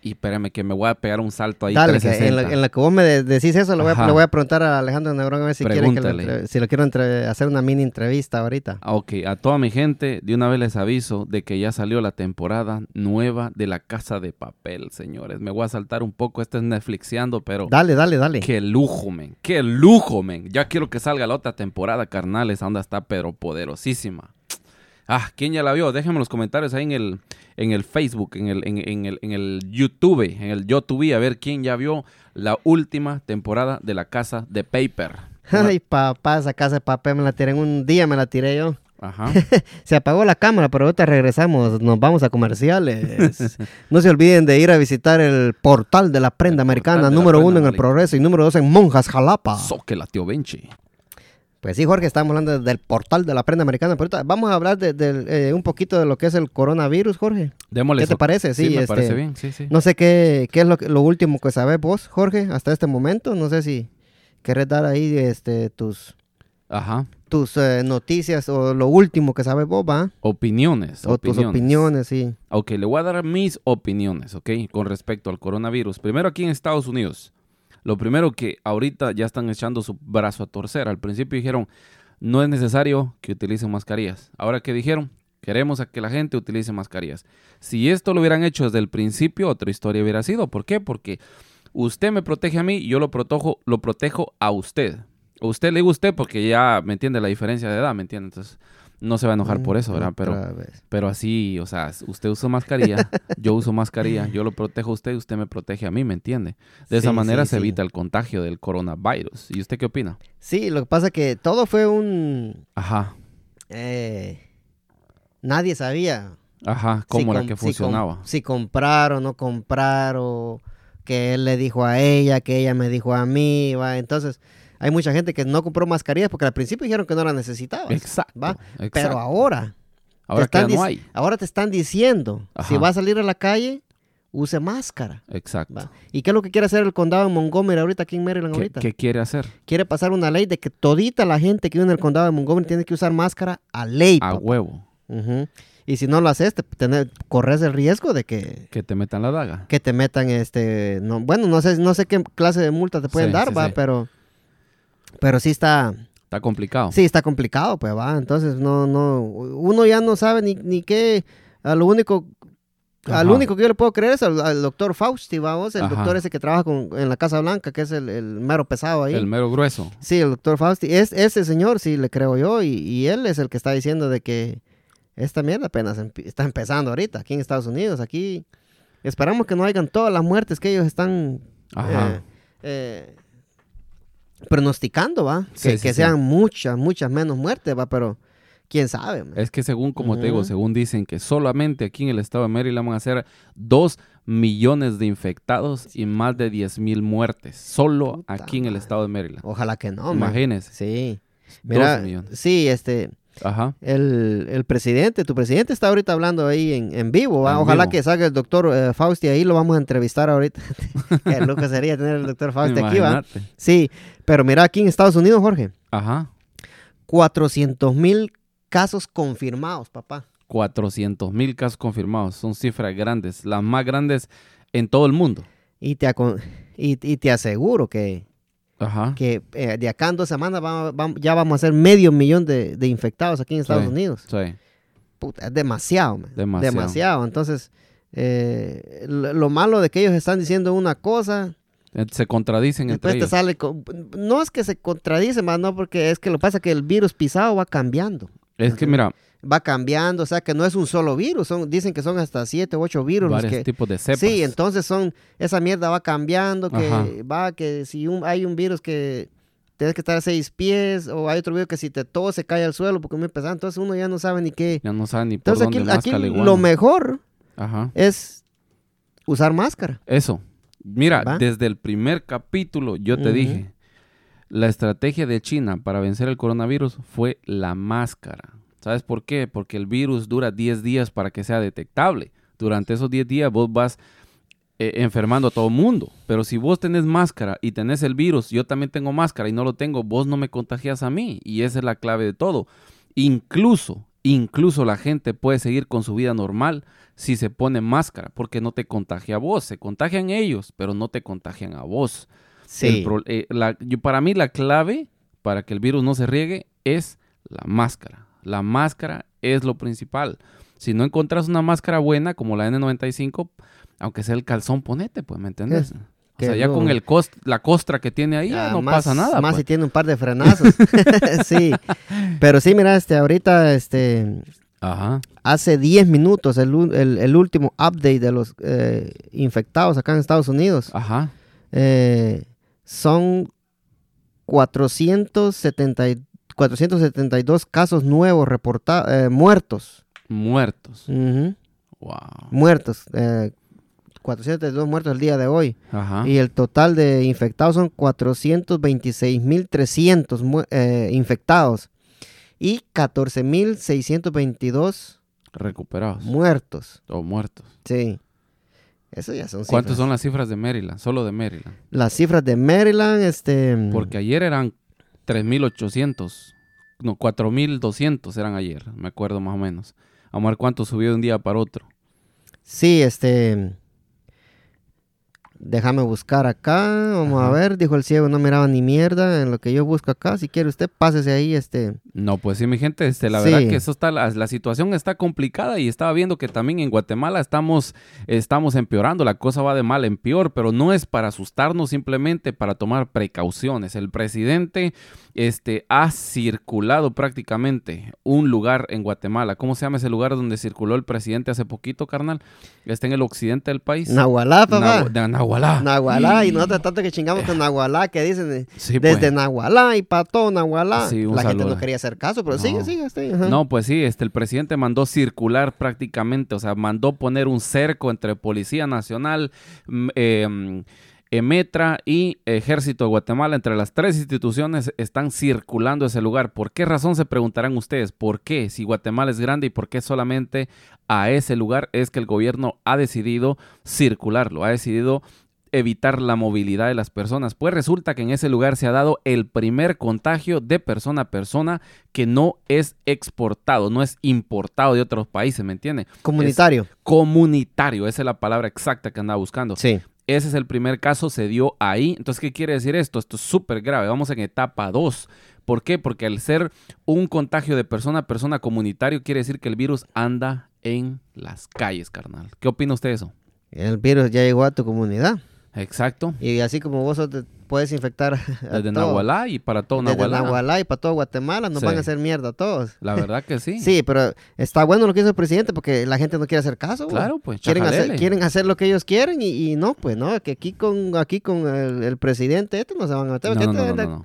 B: Y espérame que me voy a pegar un salto ahí.
A: Dale, que en,
B: 360.
A: la, en la que vos me de- decís eso, le voy, a,
B: Ajá.
A: le voy a preguntar a Alejandro Neurón a ver si, quiere que lo,
B: Pregúntale.
A: entre- si lo quiero entre- hacer una mini entrevista ahorita.
B: Ah, Ok, a toda mi gente, de una vez les aviso de que ya salió la temporada nueva de La Casa de Papel, señores. Me voy a saltar un poco, esto es Netflixeando, pero
A: Dale, dale, dale.
B: qué lujo, men, qué lujo, men. Ya quiero que salga la otra temporada, carnales, onda está, pero poderosísima. Ah, ¿quién ya la vio? Déjenme los comentarios ahí en el, en el Facebook, en el, en, en el, en el YouTube, en el YouTube, a ver quién ya vio la última temporada de La Casa de Paper.
A: Ay, papá, esa casa de papel me la tiré en un día, me la tiré yo.
B: Ajá.
A: Se apagó la cámara, pero ahorita regresamos, nos vamos a comerciales. no se olviden de ir a visitar el portal de la prenda
B: El portal
A: americana,
B: de la
A: número
B: prenda
A: uno en el
B: americana.
A: progreso y número dos en Monjas Jalapa.
B: Zóquela, tío Benchi.
A: Pues sí, Jorge, estamos hablando del portal de la prenda americana, pero ahorita vamos a hablar de, del, eh, un poquito de lo que es el coronavirus, Jorge.
B: Démosle
A: ¿Qué te
B: so-
A: parece?
B: Sí,
A: Sí,
B: me
A: este,
B: parece bien, sí, sí.
A: No sé qué, qué es lo, que- lo último que sabes vos, Jorge, hasta este momento. No sé si querés dar ahí este, tus,
B: Ajá.
A: tus eh, noticias o lo último que sabes vos, ¿va?
B: Opiniones.
A: O tus opiniones, sí.
B: Ok, le voy a dar mis opiniones, ok, con respecto al coronavirus. Primero aquí en Estados Unidos. Lo primero que ahorita ya están echando su brazo a torcer. Al principio dijeron, no es necesario que utilicen mascarillas. Ahora que dijeron, queremos a que la gente utilice mascarillas. Si esto lo hubieran hecho desde el principio, otra historia hubiera sido. ¿Por qué? Porque usted me protege a mí y yo lo protejo, lo protejo a usted. A usted le digo usted porque ya me entiende la diferencia de edad, ¿me entiende? Entonces, no se va a enojar
A: Mm,
B: por eso, ¿verdad? Pero
A: Otra vez.
B: pero así, o sea, s- usted usa mascarilla, yo uso mascarilla, yo lo protejo a usted y usted me protege a mí, ¿me entiende? De esa
A: Sí,
B: manera
A: sí,
B: se
A: sí.
B: evita el contagio del coronavirus. ¿Y usted qué opina?
A: Sí, lo que pasa que todo fue un...
B: Ajá,
A: eh, nadie sabía
B: ajá,
A: si
B: ¿cómo era
A: com-
B: que
A: si com-
B: funcionaba?
A: Si, comprar o no comprar o que él le dijo a ella, que ella me dijo a mí, va. Entonces, hay mucha gente que no compró mascarillas porque al principio dijeron que no las necesitabas.
B: exacto,
A: ¿va?
B: exacto.
A: Pero ahora,
B: Ahora que ya
A: están
B: no
A: dic-
B: hay.
A: ahora te están diciendo, si
B: Ajá.
A: va a salir a la calle, use máscara.
B: Exacto.
A: ¿va? ¿Y qué es lo que quiere hacer el condado de Montgomery ahorita, aquí en Maryland
B: ¿Qué,
A: ahorita?
B: qué quiere hacer?
A: Quiere pasar una ley de que todita la gente que vive en el condado de Montgomery tiene que usar máscara a ley.
B: A
A: papá.
B: huevo,
A: Ujú. Y si no lo haces, te, tener- corres el riesgo de que
B: que te metan la daga.
A: que te metan este no, bueno no sé no sé qué clase de multa te pueden
B: Sí,
A: dar
B: sí,
A: va
B: sí.
A: pero pero sí está
B: Está complicado.
A: sí está complicado pues va entonces no no uno ya no sabe ni, ni qué a lo único al
B: Ajá.
A: único que yo le puedo creer es al, al doctor Fausti vamos el
B: Ajá.
A: doctor ese que trabaja con- en la Casa Blanca que es el, el mero pesado ahí
B: El mero grueso.
A: sí el doctor Fausti es ese señor sí le creo yo y, y él es el que está diciendo de que esta mierda apenas empi- está empezando ahorita aquí en Estados Unidos aquí esperamos que no hayan todas las muertes que ellos están
B: Ajá.
A: eh, eh, pronosticando, ¿va?
B: Sí,
A: que
B: sí,
A: que
B: sí.
A: sean muchas, muchas menos muertes, ¿va? Pero quién sabe, man?
B: Es que según, como te digo,
A: Ujú.
B: según dicen que solamente aquí en el estado de Maryland van a ser 2 millones de infectados y más de 10 mil muertes. Solo
A: Puta
B: aquí en el
A: madre.
B: estado de Maryland.
A: Ojalá que no, man.
B: Imagínense.
A: Sí.
B: dos
A: Mira,
B: millones.
A: sí, este,
B: Ajá.
A: el, el presidente, tu presidente está ahorita hablando ahí en, en vivo, ¿va?
B: En
A: Ojalá
B: vivo.
A: que salga el doctor eh, Fausti ahí, lo vamos a entrevistar ahorita. Qué loco sería tener el doctor Fausti aquí, ¿va?
B: Imagínate.
A: Sí, pero mira, aquí en Estados Unidos, Jorge,
B: Ajá.
A: 400 mil casos confirmados, papá.
B: 400 mil casos confirmados. Son cifras grandes. Las más grandes en todo el mundo.
A: Y te, acon- y, y te aseguro que,
B: Ajá.
A: que eh, de acá en dos semanas va- va- ya vamos a hacer medio millón de, de infectados aquí en Estados
B: Sí.
A: Unidos.
B: Sí.
A: Puta, es demasiado, man.
B: Demasiado.
A: Entonces, eh, lo, lo malo de que ellos están diciendo una cosa,
B: Eh, Se contradicen entre
A: después te
B: ellos.
A: sale... con- No es que se contradice, más no, porque es que lo pasa que el virus pisado va cambiando.
B: Es que mira,
A: Va cambiando, o sea, que no es un solo virus. Son, dicen que son hasta siete u ocho virus los
B: varios
A: que...
B: tipos de cepas.
A: Sí, entonces son, esa mierda va cambiando, que
B: Ajá.
A: va, que si un- hay un virus que tienes que estar a seis pies, o hay otro virus que si te tos se cae al suelo porque es muy pesado, entonces uno ya no sabe ni qué.
B: Ya no saben ni por
A: Entonces
B: dónde
A: aquí,
B: más
A: aquí
B: caliguana.
A: lo mejor
B: Ajá.
A: es usar máscara.
B: Eso. Mira,
A: ¿Va?
B: desde el primer capítulo yo te
A: Ujú.
B: dije, la estrategia de China para vencer el coronavirus fue la máscara. ¿Sabes por qué? Porque el virus dura 10 días para que sea detectable. Durante esos 10 días vos vas eh, enfermando a todo mundo. Pero si vos tenés máscara y tenés el virus, yo también tengo máscara y no lo tengo, vos no me contagias a mí. Y esa es la clave de todo. Incluso Incluso la gente puede seguir con su vida normal si se pone máscara, porque no te contagia a vos. Se contagian ellos, pero no te contagian a vos. El
A: Sí.
B: pro- eh, la- yo- para mí la clave para que el virus no se riegue es la máscara. La máscara es lo principal. Si no encontrás una máscara buena como la N95, aunque sea el calzón, ponete, pues, ¿me entiendes? o
A: que
B: sea, ya
A: no-
B: con el cost, la costra que tiene ahí, ya
A: Ya,
B: no
A: Ah, más-
B: pasa nada.
A: Más
B: pues.
A: si tiene un par de frenazos. sí. Pero sí, mira, este, ahorita, este,
B: Ajá.
A: hace 10 minutos el, u- el- el último update de los eh, infectados acá en Estados Unidos.
B: Ajá.
A: Eh, son 470, y- 472 casos nuevos reportados, muertos.
B: Muertos.
A: Ujú,
B: Wow.
A: Muertos. eh, 472 muertos el día de hoy.
B: Ajá.
A: Y el total de infectados son 426.300 mu- eh, infectados y 14.622
B: Recuperados.
A: muertos.
B: o muertos.
A: Sí. Eso ya son
B: ¿Cuántas
A: cifras.
B: son las cifras de Maryland? Solo de Maryland.
A: Las cifras de Maryland, este...
B: Porque ayer eran 3.800. No, 4.200 eran ayer, me acuerdo más o menos. Amar cuánto subió de un día para otro.
A: Sí, este... Déjame buscar acá, vamos
B: Ajá.
A: a ver, dijo el ciego, no miraba ni mierda en lo que yo busco acá, si quiere usted pásese ahí, este...
B: No, pues sí, mi gente, este, la
A: Sí.
B: verdad que eso está, la, la situación está complicada y estaba viendo que también en Guatemala estamos, estamos empeorando, la cosa va de mal en peor, pero no es para asustarnos, simplemente para tomar precauciones. El presidente este, ha circulado prácticamente un lugar en Guatemala. ¿Cómo se llama ese lugar donde circuló el presidente hace poquito, carnal? Está en el occidente del país.
A: Nahualá, papá.
B: Nahu- de Nahualá.
A: Nahualá, y nosotros tanto que chingamos con Nahualá, que dicen... eh,
B: Sí, pues.
A: Desde Nahualá y Pato, Nahualá.
B: Sí, un
A: la gente
B: saludo.
A: no quería hacer caso, pero
B: No.
A: sigue, sigue, sigue, ajá.
B: No, pues sí, este, el presidente mandó circular prácticamente, o sea, mandó poner un cerco entre Policía Nacional, mm, eh, mm, Emetra y Ejército de Guatemala. Entre las tres instituciones están circulando ese lugar. ¿Por qué razón se preguntarán ustedes? ¿Por qué? Si Guatemala es grande y por qué solamente a ese lugar es que el gobierno ha decidido circularlo, ha decidido evitar la movilidad de las personas. Pues resulta que en ese lugar se ha dado el primer contagio de persona a persona que no es exportado, no es importado de otros países, ¿me entiende?
A: Comunitario.
B: Comunitario, esa es la palabra exacta que andaba buscando.
A: Sí.
B: Ese es el primer caso, se dio ahí. Entonces, ¿qué quiere decir esto? Esto es súper grave. Vamos en etapa 2. ¿Por qué? Porque al ser un contagio de persona a persona comunitario, quiere decir que el virus anda en las calles, carnal. ¿Qué opina usted de eso?
A: El virus ya llegó a tu comunidad.
B: Exacto.
A: Y así como vos sos de- puedes infectar. a
B: Desde
A: todos.
B: Nahualá y para todo
A: Desde
B: Nahualá.
A: Nahualá y para todo Guatemala nos
B: Sí.
A: van a hacer mierda a todos.
B: La verdad que sí.
A: Sí. pero está bueno lo que hizo el presidente porque la gente no quiere hacer caso. güey.
B: Claro, pues.
A: Quieren hacer,
B: chajalele.
A: quieren hacer lo que ellos quieren y, y no, pues no, que aquí con aquí con el, el presidente este no se van a meter.
B: No,
A: porque
B: no,
A: este
B: no, no,
A: anda,
B: no, no.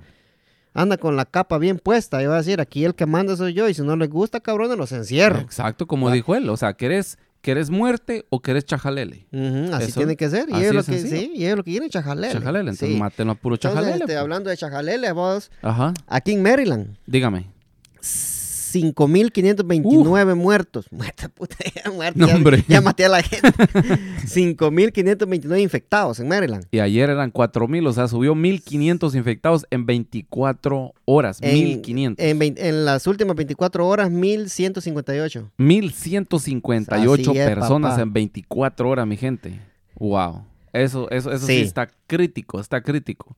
A: anda con la capa bien puesta y va a decir, aquí el que manda soy yo y si no les gusta, cabrones, los encierro.
B: Exacto, como
A: Ah.
B: dijo él. O sea, ¿querés, ¿querés muerte o querés chajalele?
A: Ujú, así
B: Eso.
A: tiene que ser. Y
B: Así
A: ellos lo
B: es
A: que,
B: sencillo.
A: sí, y ellos lo que quieren es chajalele.
B: Chajalele, entonces
A: Sí.
B: matenlo a puro
A: Entonces,
B: chajalele.
A: este,
B: pues.
A: hablando de chajalele, vos,
B: Ajá,
A: aquí en Maryland,
B: dígame.
A: 5.529 muertos. Muerta puta, ya muerta,
B: No,
A: ya-
B: hombre.
A: ya maté a la gente. 5.529 infectados en Maryland.
B: Y ayer eran 4.000, o sea, subió 1.500 infectados en 24 horas.
A: En-
B: 1.500.
A: En, vein- en las últimas 24 horas, 1.158.
B: 1.158
A: Así es,
B: personas
A: papá.
B: en 24 horas, mi gente. Wow. Eso, eso, eso sí.
A: Sí.
B: está crítico, está crítico.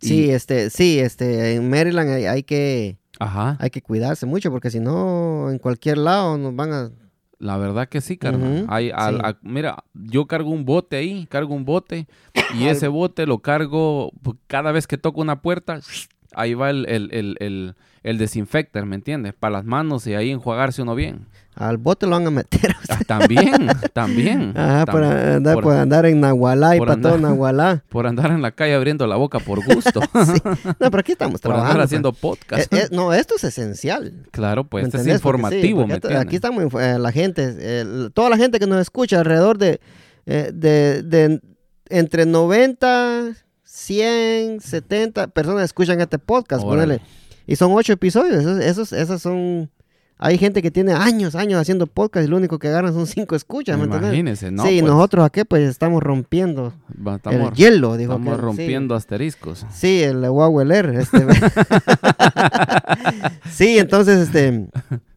B: Y-
A: Sí, este, sí, este, en Maryland hay, hay que,
B: Ajá.
A: hay que cuidarse mucho porque si no, en cualquier lado nos van a...
B: La verdad que sí, carnal.
A: Ujú,
B: Hay al-
A: sí.
B: a- mira, yo cargo un bote ahí, cargo un bote y ese bote lo cargo pu- cada vez que toco una puerta, ahí va el, el, el, el- el desinfector, ¿me entiendes? Para las manos y ahí enjuagarse uno bien.
A: Al bote lo van a meter.
B: Ah, también, también.
A: Ajá, Ah,
B: tam-
A: por andar,
B: por-
A: por andar en Nahualá y
B: por
A: para todo
B: andar.
A: Nahualá.
B: por andar en la calle abriendo la boca por gusto,
A: No, pero aquí estamos
B: por
A: trabajando.
B: andar
A: pues.
B: haciendo podcast.
A: Eh, eh, no, esto es esencial.
B: claro,
A: ¿me
B: pues este es
A: entendés? Porque sí,
B: informativo,
A: porque
B: ¿me
A: esto-
B: entiendes?
A: Aquí estamos, inf- eh, la gente, eh, el- toda la gente que nos escucha alrededor de, eh, de, de entre 90, 100, 70 personas escuchan este podcast,
B: Órale.
A: ponele. Y son ocho episodios, esos, esos- esas son Hay gente que tiene años, años haciendo podcast y lo único que agarran son cinco escuchas, ¿me entiendes?
B: Imagínense, ¿no?
A: sí, y
B: Pues,
A: nosotros aquí pues estamos rompiendo
B: va- estamos,
A: el hielo, dijo
B: estamos
A: aquel. Sí.
B: rompiendo asteriscos.
A: Sí, el Huawei este. sí, entonces este,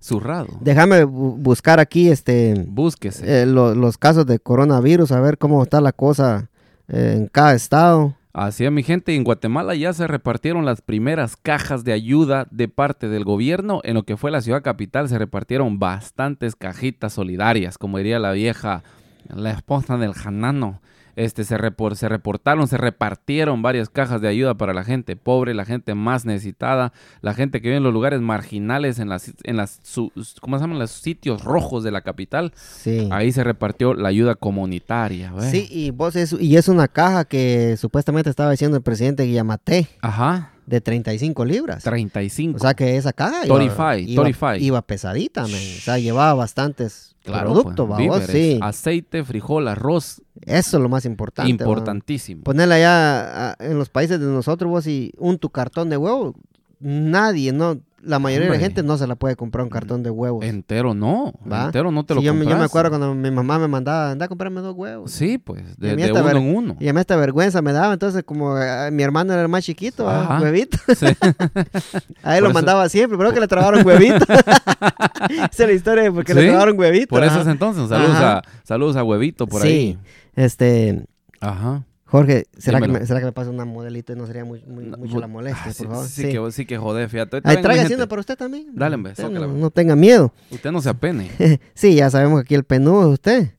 B: Zurrado.
A: déjame bu- buscar aquí este
B: Búsquese.
A: eh, lo- los casos de coronavirus, a ver cómo está la cosa eh, en cada estado.
B: Así es, mi gente. En Guatemala ya se repartieron las primeras cajas de ayuda de parte del gobierno. En lo que fue la ciudad capital se repartieron bastantes cajitas solidarias, como diría la vieja, la esposa del janano. Este, se, repor- se reportaron, se repartieron varias cajas de ayuda para la gente pobre, la gente más necesitada, la gente que vive en los lugares marginales, en las, en las su- ¿cómo se llaman? Los sitios rojos de la capital.
A: Sí.
B: Ahí se repartió la ayuda comunitaria. ¿ve?
A: Sí, y vos es, y es una caja que supuestamente estaba diciendo el presidente Guillamaté
B: Ajá,
A: de 35 libras.
B: 35.
A: O sea que esa caja iba,
B: 35,
A: iba,
B: 35.
A: iba pesadita, man. o sea, llevaba bastantes productos,
B: pues,
A: ¿va vos?
B: víveres,
A: sí.
B: Aceite, frijol, arroz,
A: Eso es lo más importante. ¿va? Pues,
B: importantísimo.
A: Ponerla allá a- en los países de nosotros, vos, y un tu cartón de huevo, nadie, no, la mayoría de la
B: Hombre.
A: gente no se la puede comprar un cartón de huevos.
B: Entero no,
A: pues. ¿Va?
B: entero no te lo
A: Sí, yo, me- yo me
B: compras.
A: acuerdo cuando mi mamá me mandaba, anda a comprarme dos huevos.
B: Sí, pues,
A: Y a
B: de,
A: mí
B: de
A: hasta
B: uno
A: ver-
B: en uno.
A: Y a mí esta vergüenza me daba, entonces como eh, mi hermano era el más chiquito, ah,
B: Ajá.
A: huevito,
B: Sí.
A: a él
B: Por
A: lo
B: eso-
A: mandaba siempre, pero que le trabaron huevito. Esa es la historia de porque le
B: Sí,
A: trabaron huevito.
B: Por eso
A: ajá.
B: es entonces, saludos
A: Ajá.
B: a, saludos a Huevito por
A: sí.
B: ahí.
A: Este,
B: Ajá.
A: Jorge, ¿será que,
B: Dímelo.
A: me, ¿será que me pasa una modelita y no sería muy, muy-
B: No,
A: mucho
B: bu-
A: la molestia,
B: Ah, sí,
A: por favor?
B: sí que, sí que jodé, fíjate. Ahorita
A: Ahí
B: venga, mi
A: traiga
B: gente.
A: haciendo para usted también.
B: Dale, hombre, pues.
A: Usted
B: zócala,
A: no,
B: hombre.
A: no tenga miedo.
B: Usted no se apene.
A: Sí, ya sabemos que aquí el penudo es usted.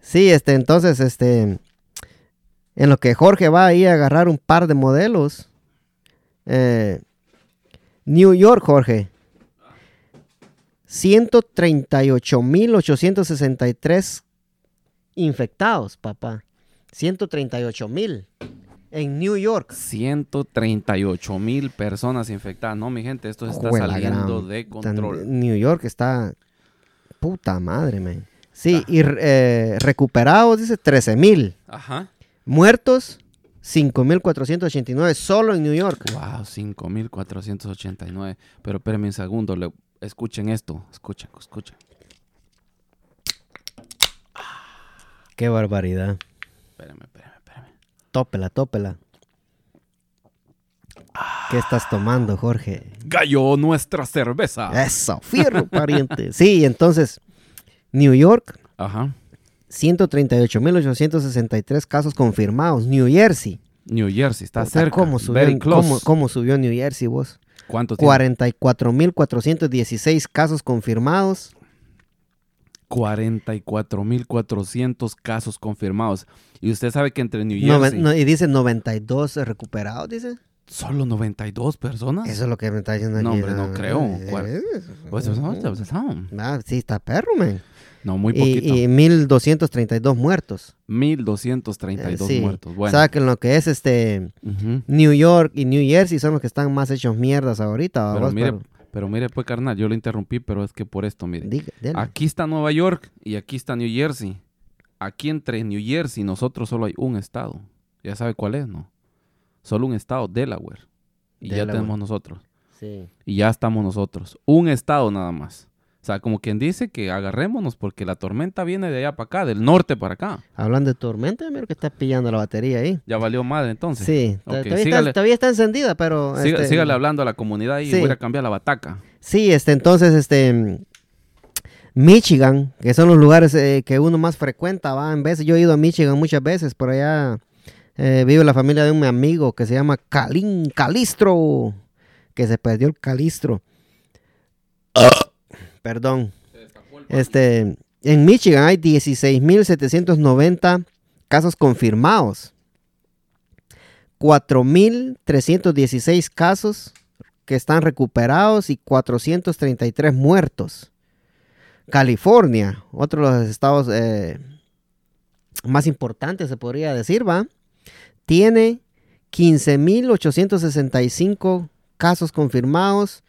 A: Sí, este, entonces, este, en lo que Jorge va ahí a agarrar un par de modelos, eh, New York, Jorge, 138.863 infectados, papá. 138.000 en New York.
B: 138 mil personas infectadas. No, mi gente, esto está
A: Juela
B: saliendo
A: gran-
B: de
A: Tan-
B: control.
A: New York está. Puta madre, man.
B: Ah.
A: Sí, y eh, recuperados, dice 13 mil.
B: Ajá.
A: Muertos, 5.489 solo en New York.
B: Wow, 5.489. Pero espérenme un segundo, le- escuchen esto, escuchen, escuchen.
A: Qué barbaridad.
B: Espérenme, espérenme, espérenme.
A: Tópela, tópela. ¿Qué estás tomando, Jorge?
B: Gallo, nuestra cerveza.
A: Eso, fierro, pariente. Sí, entonces, New York,
B: Ajá.
A: 138.863 casos confirmados. New Jersey.
B: New Jersey, está
A: Puta,
B: cerca.
A: ¿Cómo subió,
B: Very close.
A: cómo- cómo subió New Jersey, vos?
B: ¿Cuánto tiene?
A: 44.416 casos confirmados.
B: 44.400 casos confirmados. Y usted sabe que entre New
A: Noven-
B: Jersey,
A: no- y dice 92 recuperados, dice.
B: solo 92 personas.
A: Eso es lo que me está diciendo
B: Ah. No,
A: aquí,
B: hombre, no
A: ah,
B: creo.
A: eh,
B: Cuar-
A: eh,
B: Pues, pues, pues, pues, no.
A: ah, sí, está perro, men.
B: No, muy poquito.
A: Y, y 1.232 muertos. Eh,
B: 1.232
A: sí.
B: muertos.
A: O
B: Bueno.
A: sea, que en lo que es este
B: Ujú.
A: New York y New Jersey son los que están más hechos mierdas ahorita.
B: Pero
A: babos,
B: mire,
A: pero-
B: pero mire, pues, carnal, yo lo interrumpí, pero es que por esto, mire.
A: diga, dele.
B: Aquí está Nueva York y aquí está New Jersey. Aquí entre New Jersey y nosotros solo hay un estado. Ya sabe cuál es, ¿no? Solo un estado, Delaware. Y ya
A: Delaware.
B: tenemos nosotros.
A: Sí.
B: Y ya estamos nosotros. Un estado nada más. O sea, como quien dice que agarrémonos porque la tormenta viene de allá para acá, del norte para acá.
A: Hablando de tormenta, mira que está pillando la batería ahí.
B: Ya valió madre entonces.
A: Sí,
B: Ok,
A: todavía, está,
B: sígale.
A: todavía está encendida, pero...
B: Siga-
A: este,
B: sígale hablando a la comunidad y
A: sí.
B: voy a cambiar la bataca.
A: Sí, este, entonces, este, mm, Michigan, que son los lugares eh, que uno más frecuenta, va, en veces, yo he ido a Michigan muchas veces, por allá eh, vive la familia de un amigo que se llama Calín Calistro, que se perdió el Calistro. Perdón. Este, en Michigan hay 16.790 casos confirmados. 4.316 casos que están recuperados y 433 muertos. California, otro de los estados eh, más importantes, se podría decir, va, tiene 15.865 casos confirmados,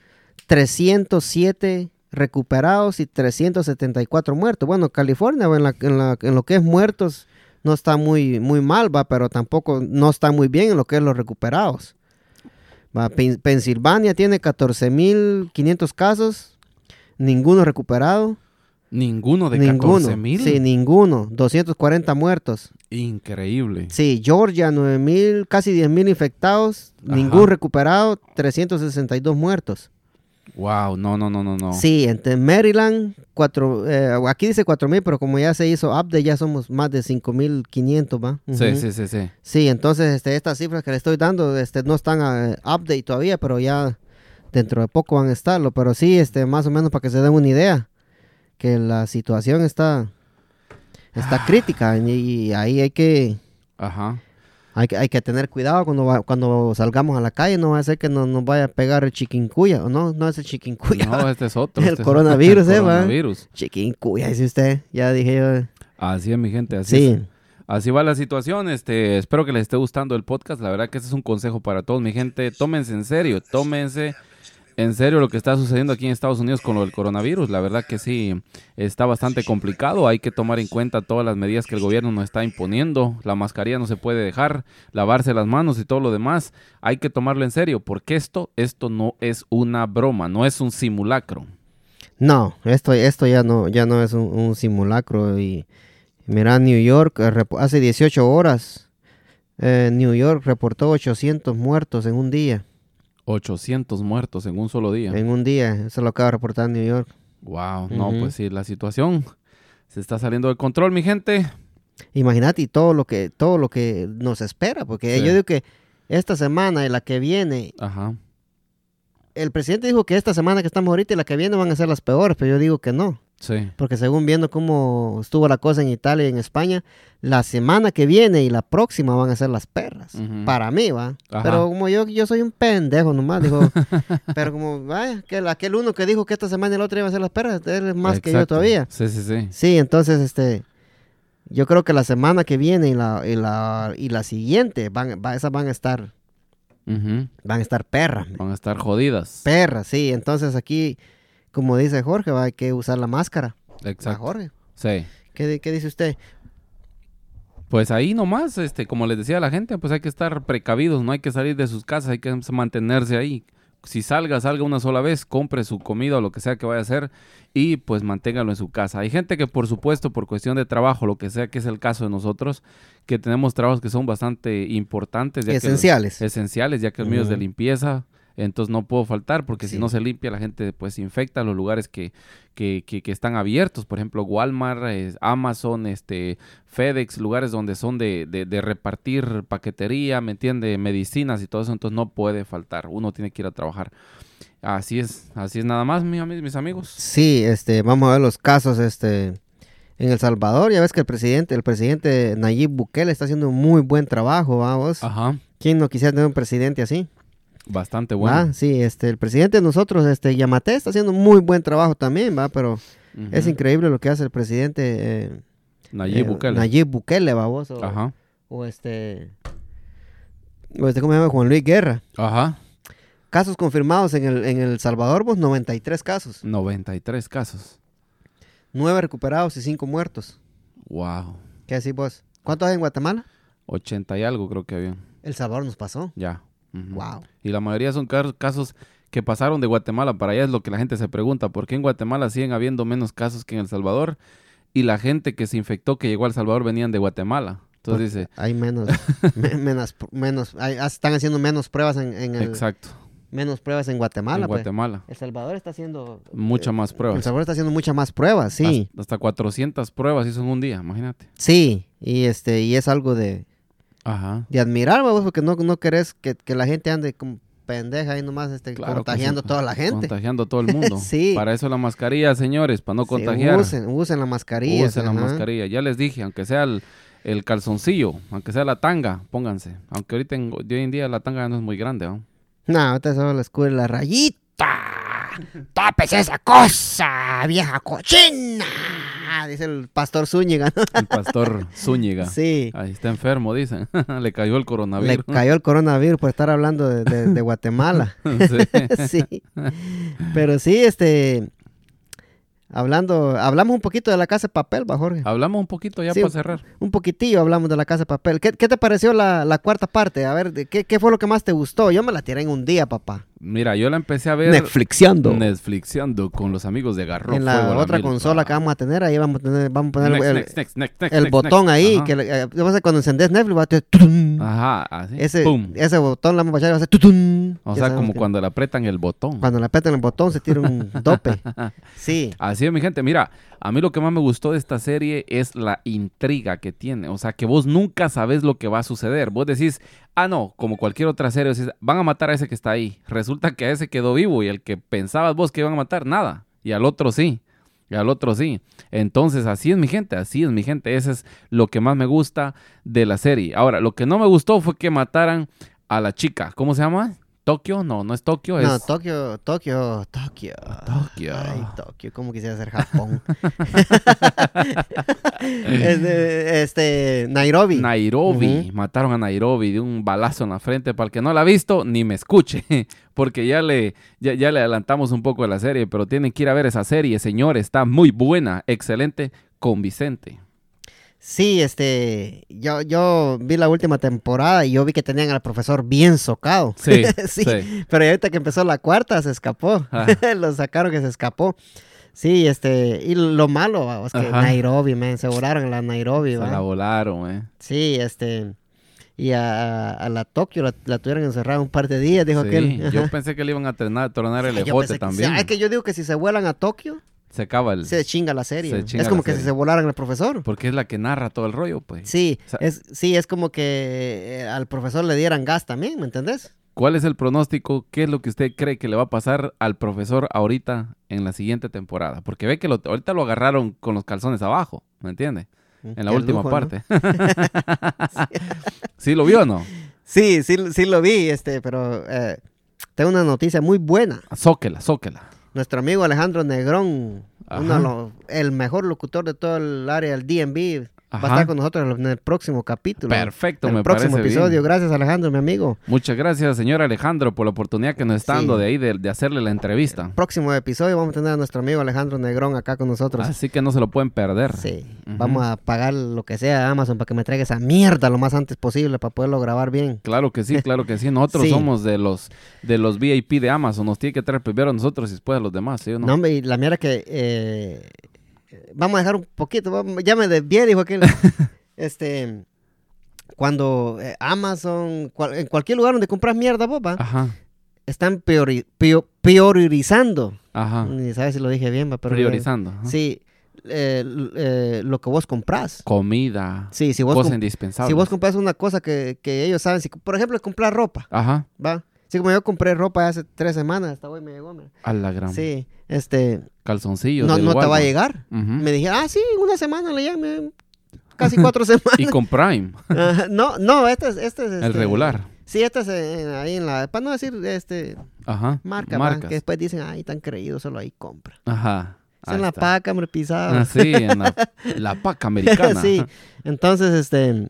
A: 307 recuperados y 374 muertos. Bueno, California, en, la- en la- en lo que es muertos, no está muy, muy mal, va, pero tampoco no está muy bien en lo que es los recuperados. Va, Pen- Pensilvania tiene 14.500 casos, ninguno recuperado.
B: Ninguno de
A: ninguno.
B: 14 mil.
A: Sí, ninguno. 240 muertos.
B: Increíble.
A: Sí, Georgia, 9 mil, casi 10 mil infectados,
B: Ajá.
A: ningún recuperado, 362 muertos.
B: Wow, no, no, no, no, no.
A: Sí, entre Maryland, cuatro, eh, aquí dice 4 mil, pero como ya se hizo update, ya somos más de 5,500, ¿va?
B: sí,
A: Ujú.
B: sí, sí, sí.
A: Sí, entonces este, estas cifras que le estoy dando este, no están eh, update todavía, pero ya dentro de poco van a estarlo. Pero sí, este, más o menos para que se den una idea, que la situación está,
B: Ah.
A: está crítica y, y ahí hay que,
B: Ajá.
A: hay que, hay que tener cuidado cuando, va- cuando salgamos a la calle, no va a ser que no, nos vaya a pegar el chiquincuya, o no, no es el chiquincuya,
B: No, este es otro.
A: El
B: este es
A: coronavirus,
B: otro,
A: eh,
B: el
A: va.
B: coronavirus.
A: chiquincuya, dice usted, ya dije yo, eh.
B: Así es, mi gente, así es.
A: sí,
B: Así va la situación, este, espero que les esté gustando el podcast, la verdad que ese es un consejo para todos, mi gente, tómense en serio, tómense en serio lo que está sucediendo aquí en Estados Unidos con lo del coronavirus, la verdad que sí, está bastante complicado, hay que tomar en cuenta todas las medidas que el gobierno nos está imponiendo, la mascarilla no se puede dejar, lavarse las manos y todo lo demás, hay que tomarlo en serio, porque esto, esto no es una broma, no es un simulacro.
A: No, esto, esto ya no, ya no es un, un simulacro. Y mira, New York eh, rep- hace 18 horas, eh, New York reportó 800 muertos en un día.
B: 800 muertos en un solo día.
A: En un día, eso lo acaba de reportar New York.
B: Wow, no,
A: Ujú.
B: pues sí, la situación se está saliendo de control, mi gente.
A: Imagínate y todo lo que, todo lo que nos espera, porque
B: Sí.
A: yo digo que esta semana y la que viene,
B: Ajá.
A: el presidente dijo que esta semana que estamos ahorita y la que viene van a ser las peores, pero yo digo que no.
B: Sí.
A: Porque según viendo cómo estuvo la cosa en Italia y en España, la semana que viene y la próxima van a ser las perras.
B: Ujú.
A: Para mí, va.
B: Ajá.
A: Pero como yo, yo soy un pendejo nomás, digo. pero como, vaya, que el- aquel uno que dijo que esta semana y la otra iban a ser las perras, él es más que yo
B: Exacto.
A: todavía.
B: Sí, sí, sí.
A: Sí, entonces, este. Yo creo que la semana que viene y la, y la, y la siguiente, van, va- esas van a estar,
B: Ujú.
A: van a estar perras. men.
B: Van a estar jodidas.
A: Perras, sí. Entonces aquí, como dice Jorge, va, hay que usar la máscara. Va,
B: Exacto.
A: Jorge.
B: Sí.
A: ¿Qué, di- qué dice usted?
B: Pues ahí nomás, este, como les decía a la gente, pues hay que estar precavidos, no hay que salir de sus casas, hay que mantenerse ahí. Si salga, salga una sola vez, compre su comida o lo que sea que vaya a hacer y pues manténgalo en su casa. Hay gente que por supuesto por cuestión de trabajo, lo que sea que es el caso de nosotros, que tenemos trabajos que son bastante importantes. ya que-
A: Esenciales.
B: esenciales, ya que el mío es de
A: Ujú.
B: limpieza, entonces no puedo faltar, porque si
A: Sí.
B: no se limpia, la gente pues se infecta los lugares que, que, que- que están abiertos, por ejemplo, Walmart, eh, Amazon, este, FedEx, lugares donde son de, de- de repartir paquetería, ¿me entiende? Medicinas y todo eso, entonces no puede faltar, uno tiene que ir a trabajar. Así es, así es nada más, mi ami- mis amigos.
A: Sí, este, vamos a ver los casos, este, en El Salvador, ya ves que el presidente, el presidente Nayib Bukele está haciendo un muy buen trabajo, vamos.
B: Ajá,
A: ¿Quién no quisiera tener un presidente así?
B: bastante
A: ¿va?
B: bueno.
A: Sí, este, el presidente de nosotros, este, Yamate, está haciendo un muy buen trabajo también, va, pero
B: Ujú.
A: es increíble lo que hace el presidente eh,
B: Nayib
A: eh,
B: Bukele.
A: Nayib Bukele, va, vos, o,
B: Ajá,
A: o este, o este, ¿cómo se llama? Juan Luis Guerra.
B: ajá,
A: Casos confirmados en El, en el Salvador, vos, 93 casos,
B: 93 casos.
A: 9 recuperados y 5 muertos.
B: Wow,
A: ¿Qué decís vos? ¿Cuántos hay en Guatemala?
B: 80 y algo creo que había.
A: El Salvador nos pasó.
B: Ya. Ujú.
A: Wow.
B: Y la mayoría son car- casos que pasaron de Guatemala para allá, es lo que la gente se pregunta. ¿Por qué en Guatemala siguen habiendo menos casos que en El Salvador? Y la gente que se infectó, que llegó a El Salvador, venían de Guatemala.
A: Pues,
B: Entonces dice,
A: Hay menos, me- menos, menos, hay- ah, están haciendo menos pruebas en, en el-
B: exacto,
A: menos pruebas en Guatemala.
B: en
A: pues.
B: Guatemala.
A: El Salvador está haciendo
B: Muchas
A: eh,
B: más
A: El
B: pruebas.
A: Salvador está haciendo muchas más pruebas, sí,
B: Hasta, hasta 400 pruebas hizo en un día, imagínate.
A: sí, y este y es algo de,
B: Ajá.
A: de admirar, vamos, porque no, no querés que, que la gente ande como pendeja ahí nomás, este,
B: Claro que
A: contagiando
B: sí,
A: a toda la gente.
B: Contagiando a todo el mundo.
A: Sí.
B: Para eso la mascarilla, señores, para no
A: Sí,
B: contagiar.
A: usen, usen la mascarilla.
B: Usen la
A: ajá.
B: mascarilla. Ya les dije, aunque sea el, el calzoncillo, aunque sea la tanga, pónganse. Aunque ahorita en- de hoy en día la tanga no es muy grande, ¿no?
A: No, ahorita solo la escudo y la rayita. ¡Tópese esa cosa, vieja cochina! Dice el pastor Zúñiga, ¿no?
B: El pastor Zúñiga.
A: Sí.
B: Ahí está enfermo, dicen. Le cayó el
A: Le
B: coronavirus.
A: cayó el coronavirus por estar hablando de, de- de Guatemala.
B: Sí.
A: sí. Pero sí, este. Hablando, hablamos un poquito de la casa de papel, va Jorge.
B: Hablamos un poquito ya
A: Sí.
B: para cerrar.
A: Un poquitillo hablamos de la casa de papel. ¿Qué, qué te pareció la, la cuarta parte? A ver, ¿de ¿qué, ¿qué fue lo que más te gustó? Yo me la tiré en un día, papá.
B: Mira, yo la empecé a ver
A: Netflixiando.
B: Netflixiando con los amigos de Garro.
A: en la otra consola que vamos a tener, ahí vamos a, tener, vamos a poner el, el botón ahí. Que le- eh, vas a- cuando encendés Netflix, va a hacer tutum.
B: Ajá, así.
A: ese,
B: Ah, Pum.
A: ese botón la vamos a echar y va a hacer tutum.
B: O
A: Ya
B: sea,
A: sabemos
B: como
A: que
B: cuando le apretan el botón.
A: cuando le apretan el botón se tira un dope. Sí.
B: Así es, mi gente. Mira, a mí lo que más me gustó de esta serie es la intriga que tiene. O sea, que vos nunca sabes lo que va a suceder. Vos decís, ah, no, como cualquier otra serie, decís, van a matar a ese que está ahí. Resulta que a ese quedó vivo y el que pensabas vos que iban a matar, nada. Y al otro sí. Y al otro sí. Entonces, así es mi gente, así es mi gente. Ese es lo que más me gusta de la serie. Ahora, lo que no me gustó fue que mataran a la chica. ¿Cómo se llama? ¿Tokio? No, no es Tokio, es
A: No, Tokio, Tokio, Tokio.
B: Tokio.
A: Ay, Tokio, cómo quisiera ser Japón. este, este, Nairobi.
B: Nairobi,
A: Ujú.
B: mataron a Nairobi de un balazo en la frente. Para el que no la ha visto, ni me escuche, porque ya le, ya, ya le adelantamos un poco de la serie, pero tienen que ir a ver esa serie, señor, está muy buena, excelente, con Vicente.
A: Sí, este, yo, yo vi la última temporada y yo vi que tenían al profesor bien socado.
B: Sí,
A: Sí.
B: sí.
A: Pero ya ahorita que empezó la cuarta, se escapó.
B: Ah.
A: lo sacaron que se escapó. Sí, este, y lo malo, va, es que
B: Ajá.
A: Nairobi, man, se volaron a la Nairobi,
B: Se
A: va.
B: la volaron, eh.
A: Sí, este, y a, a la Tokio la, la tuvieron encerrada un par de días, dijo
B: Sí,
A: aquel. Ajá.
B: Yo pensé que le iban a trenar- tronar el
A: Yo
B: ejote
A: pensé que-
B: también.
A: ah, es que yo digo que si se vuelan a Tokio,
B: Se acaba el...
A: se chinga la serie.
B: Se
A: man.
B: chinga
A: es como
B: la
A: que si
B: serie.
A: se volaran al profesor.
B: Porque es la que narra todo el rollo, pues.
A: Sí,
B: O sea-
A: es, sí, es como que eh, al profesor le dieran gas también, ¿me entendés?
B: ¿Cuál es el pronóstico? ¿Qué es lo que usted cree que le va a pasar al profesor ahorita en la siguiente temporada? Porque ve que lo- ahorita lo agarraron con los calzones abajo, ¿me entiende? En la
A: Mm, Qué
B: última
A: lujo, ¿no?
B: parte. ¿Sí lo vio o no?
A: Sí, sí, sí lo vi, este, pero eh, tengo una noticia muy buena.
B: Zóquela, zóquela.
A: Nuestro amigo Alejandro Negrón,
B: Ajá.
A: uno de los- el mejor locutor de todo el área del DNB, va a
B: Ajá.
A: estar con nosotros en el próximo capítulo.
B: Perfecto,
A: en
B: me
A: el próximo
B: parece
A: episodio.
B: bien.
A: Gracias, Alejandro, mi amigo.
B: Muchas gracias, señor Alejandro, por la oportunidad que nos está
A: Sí.
B: dando de ahí de, de hacerle la entrevista.
A: Próximo episodio vamos a tener a nuestro amigo Alejandro Negrón acá con nosotros.
B: Así que no se lo pueden perder.
A: Sí,
B: Ujú.
A: vamos a pagar lo que sea a Amazon para que me traiga esa mierda lo más antes posible para poderlo grabar bien.
B: Claro que sí, claro que sí. Nosotros
A: Sí.
B: somos de los de los VIP de Amazon. Nos tiene que traer primero a nosotros y después a los demás, ¿sí o no?
A: No, hombre, y la mierda que. eh, vamos a dejar un poquito. vamos- ya me desvié, dijo aquel. este. Cuando eh, Amazon, cual- en cualquier lugar donde compras mierda, boba,
B: Ajá,
A: están priori- pio- priorizando.
B: ajá.
A: Ni sabes si lo dije bien, va, pero.
B: Ah. Priorizando. ajá.
A: Mm, Sí, eh, l- eh, lo que vos compras.
B: Comida,
A: Sí, si vos,
B: cosas
A: comp-
B: indispensables.
A: si vos compras una cosa que, que ellos saben, si, por ejemplo, comprar ropa,
B: Ajá,
A: ¿va? Sí, como yo compré ropa hace tres semanas, hasta hoy me llegó, mira.
B: a la gran.
A: Sí, este,
B: Calzoncillos.
A: no,
B: del
A: no te va a
B: Walmart.
A: llegar.
B: Ujú.
A: Me dije, ah, sí, una semana le llamé. Casi cuatro semanas.
B: Y con Prime,
A: Ajá, no, no, este es. Este es este,
B: el regular.
A: Sí, este es eh, ahí en la. Para no decir este,
B: Ajá.
A: marca, ¿va?
B: Marcas.
A: que después dicen, ay, tan creído, solo ahí compra.
B: Ajá.
A: Es
B: ahí
A: en la
B: está.
A: paca, hombre,
B: Ah,
A: pisado.
B: sí, en la, la paca americana.
A: sí, entonces, este.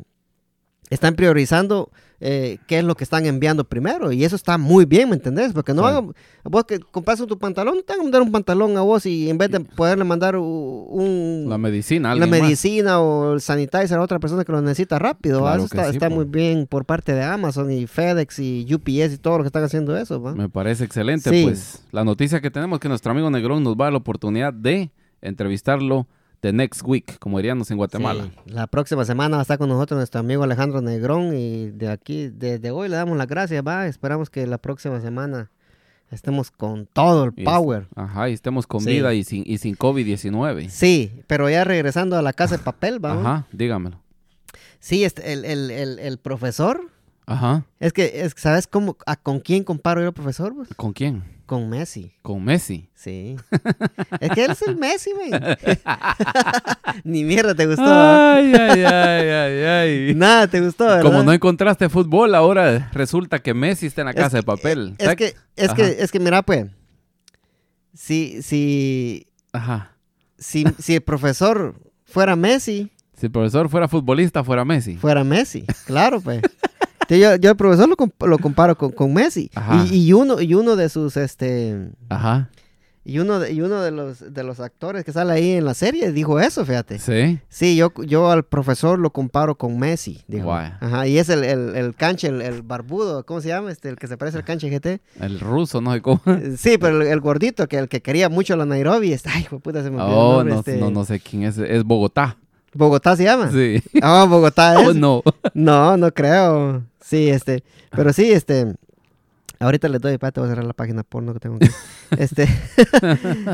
A: Están priorizando eh, qué es lo que están enviando primero. Y eso está muy bien, ¿me entendés? Porque no
B: Sí.
A: van a. Vos que compras tu pantalón, te van a mandar un pantalón a vos y en vez de poderle mandar u- un.
B: La medicina,
A: la
B: alguien más.
A: medicina o el sanitizer a otra persona que lo necesita rápido. ¿va?
B: Claro
A: Eso
B: que
A: está,
B: sí, pues.
A: está
B: po.
A: muy bien por parte de Amazon y FedEx y UPS y todo lo que están haciendo eso. ¿va?
B: Me parece excelente.
A: Sí.
B: Pues la noticia que tenemos es que nuestro amigo Negrón nos va a dar la oportunidad de entrevistarlo the next week, como diríamos en Guatemala.
A: Sí. La próxima semana va a estar con nosotros nuestro amigo Alejandro Negrón y de aquí, desde hoy le damos las gracias. ¿va? Esperamos que la próxima semana estemos con todo el
B: Y es-
A: power.
B: Ajá, y estemos con
A: Sí.
B: vida y sin, y sin COVID-19.
A: Sí, pero ya regresando a la casa de papel, ¿va?
B: Ajá, dígamelo.
A: Sí, este, el, el- el- el profesor.
B: Ajá.
A: Es que, es que, ¿sabes cómo, a, con quién comparo yo al profesor? pues?
B: ¿Con quién?
A: Con Messi.
B: Con Messi.
A: Sí. es que él es el Messi, men. Ni mierda te gustó. ¿verdad?
B: Ay, ay, ay, ay, ay.
A: Nada te gustó, ¿verdad?
B: Como no encontraste fútbol, ahora resulta que Messi está en la
A: Es
B: casa de
A: que-
B: papel.
A: Es que, es que,
B: Ajá.
A: es que, mira, pues. Si, si,
B: Ajá.
A: si, si el profesor fuera Messi,
B: Si el profesor fuera futbolista, fuera Messi.
A: fuera Messi. Claro, pues. Entonces, Yo, yo al profesor lo, comp- lo comparo con, con Messi.
B: Ajá.
A: Y, y uno, y uno de sus este
B: Ajá.
A: Y uno, de, y uno de, los, de los actores que sale ahí en la serie dijo eso, fíjate.
B: Sí.
A: Sí, yo, yo al profesor lo comparo con Messi, dijo.
B: Guay.
A: Ajá, y es el, el, el canche, el, el barbudo, ¿cómo se llama? Este, el que se parece al canche GT.
B: El ruso, no sé cómo.
A: Eh, Sí, pero el, el gordito, que el que quería mucho a la Nairobi, este, ay, hijo de puta, se me olvidó el
B: Oh,
A: nombre,
B: no,
A: este,
B: no, no sé quién es. Es Bogotá.
A: Bogotá se llama.
B: Sí.
A: Ah, Bogotá es.
B: Oh, no.
A: No, no creo. Sí, este. Pero sí, este. Ahorita les doy, espérate, voy a cerrar la página porno que tengo aquí. Este,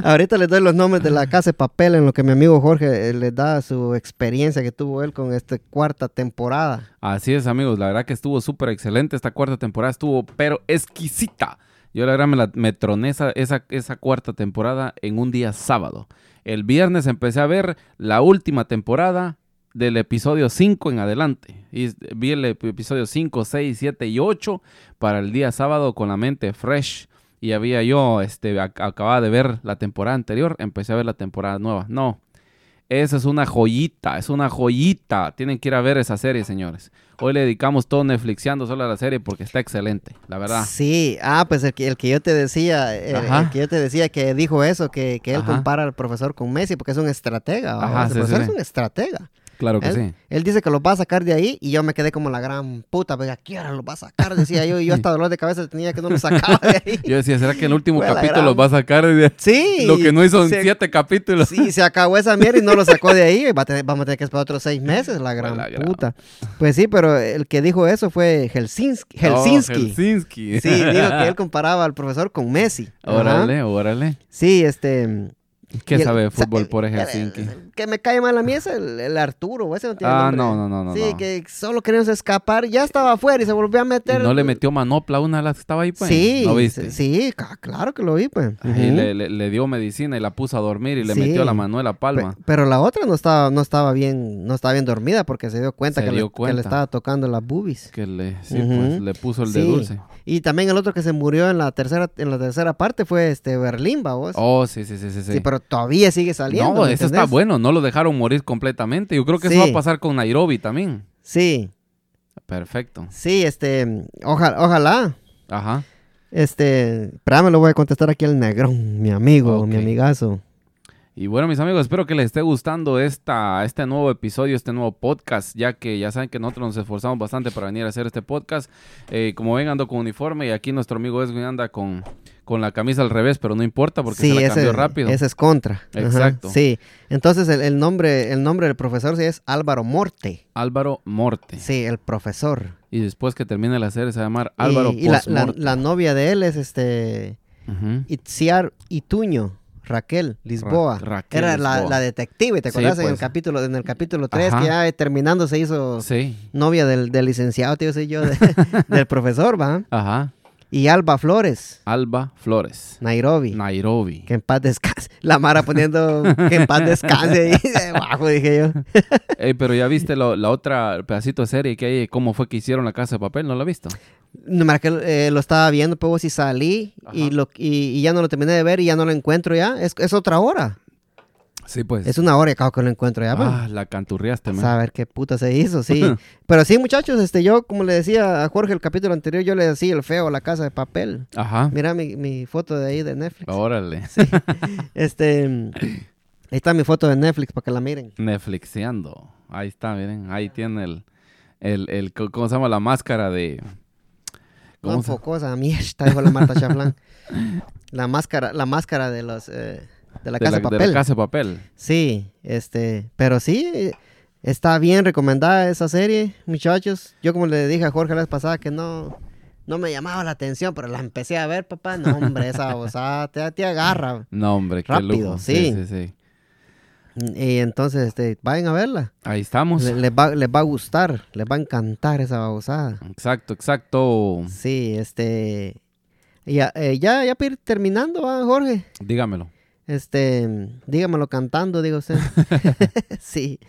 A: ahorita les doy los nombres de la casa de papel en lo que mi amigo Jorge eh, les da su experiencia que tuvo él con esta cuarta temporada.
B: Así es, amigos. La verdad que estuvo súper excelente esta cuarta temporada. Estuvo, pero exquisita. Yo la verdad me, la, me troné esa, esa, esa cuarta temporada en un día sábado. El viernes empecé a ver la última temporada del episodio 5 en adelante. Y s- vi el ep- episodio 5, 6, 7 y 8 para el día sábado con la mente fresh. Y había yo, este, ac- acababa de ver la temporada anterior, empecé a ver la temporada nueva. No, esa es una joyita, es una joyita. Tienen que ir a ver esa serie, señores. Hoy le dedicamos todo Netflixeando solo a la serie porque está excelente, la verdad.
A: Sí, ah, pues el que, el que yo te decía, el,
B: Ajá.
A: el que yo te decía que dijo eso, que, que él
B: Ajá.
A: compara al profesor con Messi porque es un estratega. ¿va?
B: Ajá,
A: Ese
B: sí,
A: profesor
B: sí,
A: es
B: sí.
A: un estratega.
B: Claro que
A: Él,
B: sí.
A: él dice que los va a sacar de ahí y yo me quedé como la gran puta, pues, venga, ¿qué hora los va a sacar? Decía yo, y yo hasta dolor de cabeza tenía que no los sacaba de ahí.
B: Yo decía, ¿será que el último
A: Fue la
B: capítulo
A: gran-
B: los va a sacar?
A: Sí.
B: Lo que no hizo en
A: se-
B: siete capítulos.
A: Sí, se acabó esa mierda y no lo sacó de ahí. Va a tener- vamos a tener que esperar otros seis meses, la gran
B: la gran-
A: puta. Pues sí, pero el que dijo eso fue Helsinki.
B: Oh,
A: Helsinki.
B: Helsinki.
A: Sí, dijo que él comparaba al profesor con Messi. Ajá.
B: Órale, órale.
A: Sí, este...
B: ¿Qué
A: y el-
B: sabe de
A: o sea,
B: fútbol
A: el-
B: por
A: el-
B: Helsinki?
A: el que me cae mal a mí es el, el Arturo, ese no tiene
B: Ah,
A: nombre.
B: no, no, no, no.
A: Sí,
B: no.
A: que solo queríamos escapar. Ya estaba afuera y se volvió a
B: ¿Y
A: meter.
B: no le metió manopla a una de las que estaba ahí, pues?
A: Sí,
B: ¿No viste?
A: sí, ca- claro que lo vi, pues.
B: Ahí
A: Ujú.
B: le, le- le dio medicina y la puso a dormir y le
A: Sí.
B: metió la Manuela
A: Pe-
B: Palma.
A: pero la otra no estaba, no estaba bien, no estaba bien dormida porque se dio cuenta,
B: Se
A: que, le,
B: dio
A: que le
B: cuenta.
A: estaba tocando las boobies.
B: Que le, sí,
A: Ujú.
B: pues, le puso el de
A: Sí.
B: dulce.
A: Y también el otro que se murió en la tercera, en la tercera parte fue este Berlín, ¿va vos.
B: Oh, sí, sí, sí, sí. sí.
A: sí. pero todavía sigue saliendo.
B: no,
A: ¿me
B: eso está
A: entendés?
B: bueno, no lo dejaron morir completamente. Yo creo que eso
A: Sí.
B: va a pasar con Nairobi también.
A: Sí,
B: Perfecto.
A: sí, este, ojalá, ojalá.
B: Ajá.
A: Este, espérame, lo voy a contestar aquí al negrón, mi amigo, mi
B: Ok.
A: amigazo.
B: Y bueno, mis amigos, espero que les esté gustando esta, este nuevo episodio, este nuevo podcast, ya que ya saben que nosotros nos esforzamos bastante para venir a hacer este podcast. Eh, como ven, ando con uniforme y aquí nuestro amigo Edwin anda con, con la camisa al revés, pero no importa porque
A: sí,
B: se la cambió
A: ese,
B: rápido.
A: ese es contra. Ajá,
B: Exacto.
A: sí, entonces el, el nombre, el nombre del profesor sí es Álvaro Morte.
B: Álvaro Morte.
A: Sí, el profesor.
B: Y después que termine la serie se va a llamar Álvaro
A: y, y la, la-
B: Postmorte.
A: la novia de él es este
B: Ujú.
A: Itziar Ituño, Raquel Lisboa.
B: Ra- Raquel
A: Era la,
B: Lisboa.
A: la detective, ¿te
B: Sí,
A: acuerdas? en, el
B: pues.
A: capítulo, en el capítulo 3,
B: Ajá.
A: que ya eh, terminando se hizo
B: Sí.
A: novia del, del licenciado, tío, sé yo, de- del profesor, ¿va?
B: Ajá.
A: Y Alba Flores,
B: Alba Flores.
A: Nairobi.
B: Nairobi.
A: Que en paz descanse. La Mara poniendo que en paz descanse ahí debajo, dije yo.
B: Ey, pero ya viste lo- la otra pedacito de serie que hay, cómo fue que hicieron la casa de papel, ¿no la has visto?
A: No, mira que eh, lo estaba viendo, pues vos, y salí y,
B: Ajá.
A: lo, y, y ya no lo terminé de ver y ya no lo encuentro ya. Es, es otra hora.
B: Sí, pues.
A: Es una hora y acabo que lo encuentro ya, pues.
B: Ah, la canturriaste, man.
A: Saber qué puta se hizo, sí. Pero sí, muchachos, este, yo, como le decía a Jorge el capítulo anterior, yo le decía el feo, la casa de papel.
B: Ajá.
A: Mira mi, mi foto de ahí de Netflix.
B: Órale.
A: Este, mm, ahí está mi foto de Netflix para que la miren.
B: Netflixeando. Ahí está, miren. Ahí tiene el, el, el- co- ¿cómo se llama? La máscara de...
A: No
B: ¿Cómo se-
A: enfocó esa mierda, dijo la Marta Chaflán. La máscara, la máscara de los, eh, de la
B: de
A: casa de
B: de
A: papel.
B: casa de papel.
A: Sí, este, pero sí, eh, está bien recomendada esa serie, muchachos. Yo como le dije a Jorge la vez pasada que no, no me llamaba la atención, pero la empecé a ver, papá. No, hombre, esa osada te, te agarra.
B: No, hombre, qué
A: Rápido,
B: lujo.
A: sí.
B: sí, sí.
A: Y entonces, este, vayan a verla.
B: Ahí estamos.
A: Le- les, va, les va a gustar, les va a encantar esa babosada.
B: Exacto, exacto.
A: Sí, este, ya, eh, ya, ya para ir terminando, ¿va, Jorge.
B: Dígamelo.
A: Este, dígamelo cantando, digo usted. sí.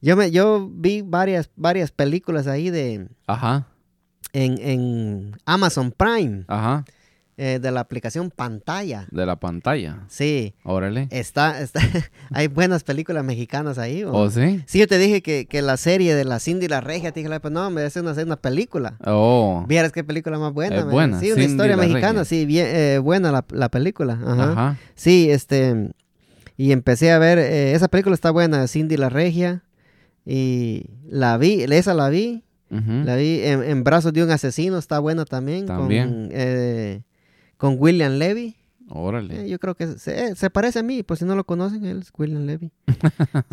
A: Yo me, yo vi varias, varias películas ahí de
B: Ajá,
A: en, en Amazon Prime.
B: ajá.
A: eh, de la aplicación Pantalla.
B: de la pantalla.
A: Sí,
B: Órale.
A: está, está hay buenas películas mexicanas ahí. ¿o?
B: ¿O ¿Oh, sí?
A: Sí, yo te dije que, que la serie de la Cindy y la Regia, te dije, la- pues no, me hace una, hacer una película.
B: Oh.
A: Vieras qué película más buena.
B: Es
A: me-
B: buena,
A: Sí, una
B: Cindy
A: historia
B: la
A: mexicana,
B: Regia.
A: sí, bien eh, buena la, la película. Ajá.
B: Ajá.
A: Sí, este, y empecé a ver, eh, esa película está buena, Cindy la Regia, y la vi, esa la vi,
B: Ujú.
A: la vi en, en Brazos de un Asesino, está buena también. Con,
B: También.
A: eh, con William Levy.
B: Órale.
A: Eh, yo creo que se, eh, se parece a mí, por si no lo conocen, él es William Levy.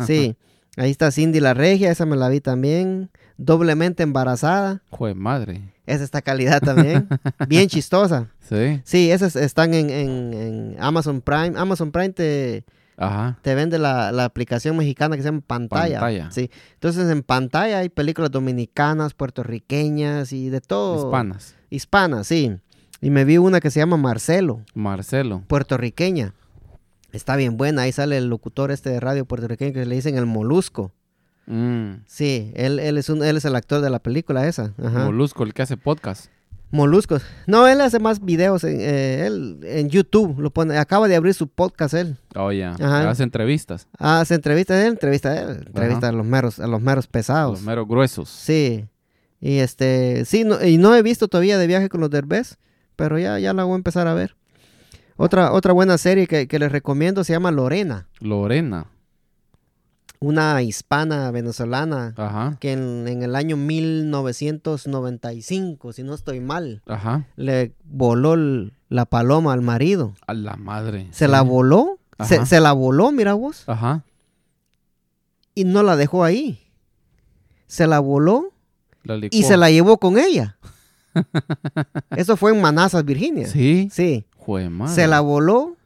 A: Sí, ahí está Cindy la Regia, esa me la vi también. Doblemente embarazada,
B: Jue madre.
A: esa está calidad también. Bien chistosa.
B: Sí.
A: Sí, esas están en, en- en Amazon Prime. Amazon Prime te,
B: Ajá.
A: te vende la, la aplicación mexicana que se llama Pantalla.
B: Pantalla.
A: Sí. Entonces en Pantalla hay películas dominicanas, puertorriqueñas y de todo.
B: Hispanas.
A: Hispana, sí. Y me vi una que se llama Marcelo,
B: Marcelo.
A: puertorriqueña. Está bien buena, ahí sale el locutor este de radio puertorriqueño que le dicen el Molusco.
B: Mm.
A: Sí, él, él, es, un, él es el actor de la película esa. Ajá.
B: Molusco, el que hace podcast.
A: Moluscos. No, él hace más videos en, eh, él, en YouTube. Lo pone, acaba de abrir su podcast él.
B: Oh, ya.
A: Ajá.
B: Hace entrevistas.
A: Hace entrevistas él, entrevista a él, entrevista
B: Ajá.
A: a los meros, a los meros pesados.
B: Los meros gruesos.
A: Sí. Y este, sí, no, y no he visto todavía de viaje con los Derbez, pero ya, ya la voy a empezar a ver. Otra, otra buena serie que, que les recomiendo se llama Lorena,
B: Lorena.
A: una hispana venezolana
B: Ajá.
A: que en, en el año 1995, si no estoy mal,
B: Ajá.
A: le voló el- la paloma al marido.
B: A la madre.
A: Se la voló, se,
B: Ajá.
A: se la voló, mira vos,
B: Ajá.
A: y no la dejó ahí. Se la voló
B: La licuó.
A: y se la llevó con ella. Eso fue en Manassas, Virginia.
B: Sí.
A: Sí.
B: Jue madre.
A: Se la voló,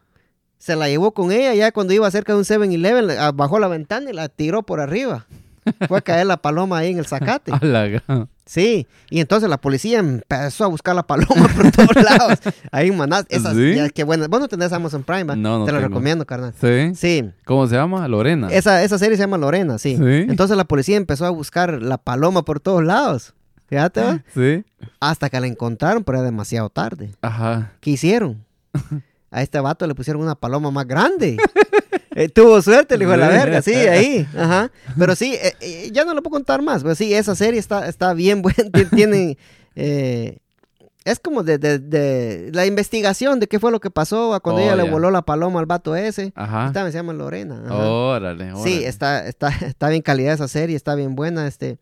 A: se la llevó con ella, ya cuando iba cerca de un 7-Eleven, le- ah, bajó la ventana y la tiró por arriba. Fue a caer la paloma ahí en el zacate.
B: A la gran-
A: Sí, y entonces la policía empezó a buscar la paloma por todos lados. Ahí en Manassas. Esas,
B: ¿Sí?
A: ya, qué buena. Vos no tenés Amazon Prime, ¿va?
B: No, no
A: Te lo
B: tengo.
A: recomiendo, carnal.
B: Sí.
A: Sí,
B: ¿Cómo se llama? Lorena.
A: esa, esa serie se llama Lorena, sí.
B: Ah. Sí.
A: Entonces la policía empezó a buscar la paloma por todos lados. Fíjate, ¿va?
B: Sí.
A: Hasta que la encontraron, pero era demasiado tarde.
B: Ajá.
A: ¿Qué hicieron? A este vato le pusieron una paloma más grande. Eh, tuvo suerte, el hijo de la verga, sí, ahí. Ajá. Pero sí, eh, eh, ya no lo puedo contar más. Pero sí, esa serie está, está bien buena. ti- Tiene. eh, es como de, de- de la investigación de qué fue lo que pasó a cuando
B: Oh,
A: ella le
B: ya. Ah.
A: voló la paloma al vato ese.
B: Ajá.
A: Esta se llama Lorena. ajá.
B: Oh, Órale, órale.
A: Sí, está, está, está bien calidad esa serie, está bien buena, este.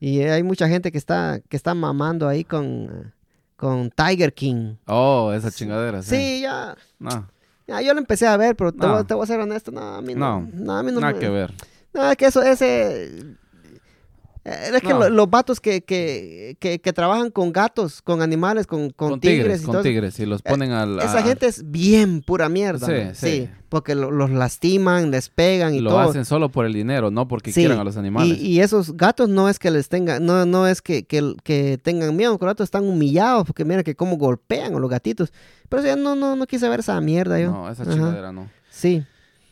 A: Y hay mucha gente que está, que está mamando ahí con, con Tiger King.
B: Oh, esa chingadera, sí.
A: Sí, ya,
B: No,
A: ya yo lo empecé a ver, pero te,
B: No.
A: voy, te voy a ser honesto, no, a mí no. No,
B: No,
A: a mí no
B: nada
A: me-
B: que ver.
A: No, es que eso, ese... eh, Es que
B: No.
A: lo- los vatos que, que, que, que trabajan con gatos, con animales, con, con
B: Con,
A: tigres,
B: tigres,
A: y
B: con
A: todo eso, Eh,
B: tigres. Y los ponen a la...
A: Esa gente es bien pura mierda.
B: Sí,
A: ¿no?
B: sí.
A: porque lo- los lastiman, les pegan y
B: lo
A: todo.
B: hacen solo por el dinero, no porque
A: Sí,
B: quieran a los animales.
A: Y, y esos gatos no es que les tengan, no, no es que, que, que tengan miedo, los gatos están humillados porque mira que cómo golpean a los gatitos. Pero eso ya no, no, no quise ver esa mierda yo.
B: No, esa
A: Ajá.
B: chingadera no.
A: Sí.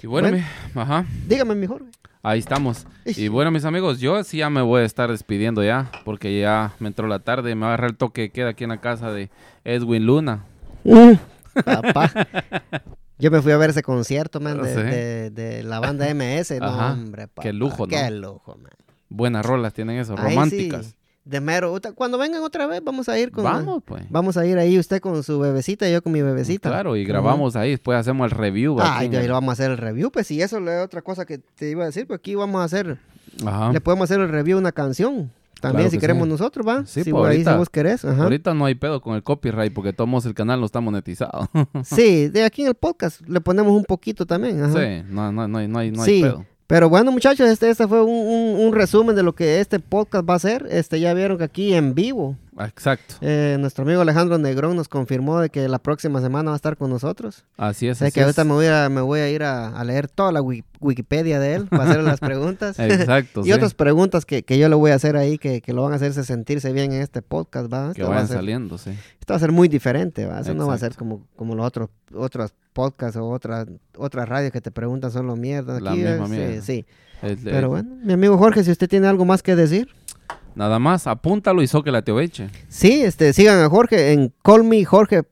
B: Y bueno,
A: Bueno.
B: mi- ajá,
A: Dígame mejor.
B: ahí estamos.
A: Ish.
B: Y bueno, mis amigos, yo sí ya me voy a estar despidiendo ya, porque ya me entró la tarde, me va a agarrar el toque que queda aquí en la casa de Edwin Luna.
A: Papá. Yo me fui a ver ese concierto, man, de,
B: Sí.
A: de- de la banda MS. No,
B: Ajá.
A: hombre, papá.
B: Qué lujo, ¿no?
A: Qué lujo, man.
B: Buenas rolas tienen eso,
A: Ahí sí,
B: románticas.
A: de mero. Uta- Cuando vengan otra vez, vamos a ir con. la-
B: Vamos, pues.
A: Vamos a ir ahí usted con su bebecita y yo con mi bebecita.
B: Claro, y
A: Ajá.
B: grabamos ahí, después hacemos el review.
A: Ah,
B: aquí
A: y
B: en
A: de ahí
B: el-
A: lo vamos a hacer el review, pues y eso es la otra cosa que te iba a decir, pues aquí vamos a hacer,
B: Ajá.
A: le podemos hacer el review a una canción, también
B: Ah. Claro
A: si
B: que
A: queremos
B: sí.
A: nosotros, va,
B: Sí,
A: si,
B: pues,
A: ahí, si
B: ahorita.
A: vos querés, ajá.
B: Ahorita no hay pedo con el copyright porque tomamos el canal no está monetizado.
A: Sí, de aquí en el podcast le ponemos un poquito también, ajá.
B: sí, no, no, no, hay- no hay, no
A: Sí.
B: hay pedo.
A: Pero bueno, muchachos, este, este fue un, un- un resumen de lo que este podcast va a ser. Este, ya vieron que aquí en vivo,
B: Exacto.
A: eh, nuestro amigo Alejandro Negrón nos confirmó de que la próxima semana va a estar con nosotros.
B: Así es.
A: Sé
B: así
A: que ahorita
B: es.
A: me voy a, me voy a ir a, a leer toda la wi- Wikipedia de él para hacerle las preguntas.
B: Exacto.
A: Y
B: sí.
A: otras preguntas que, que yo le voy a hacer ahí que, que lo van a hacerse sentirse bien en este podcast, ¿va?
B: que
A: Esto va, a
B: vayan
A: ser,
B: saliendo, sí.
A: esto va a ser muy diferente, ¿va? Eso no va a ser
B: Exacto.
A: como, como los otros otros podcasts o otras otras radios que te preguntan son los mierdas.
B: La
A: Aquí,
B: misma
A: eh,
B: mierda.
A: Sí, sí.
B: El- el-
A: Pero bueno, mi amigo Jorge, si usted tiene algo más que decir.
B: Nada más, apúntalo y soque la teobeche.
A: Sí, este, sigan a Jorge en Call Me Jorge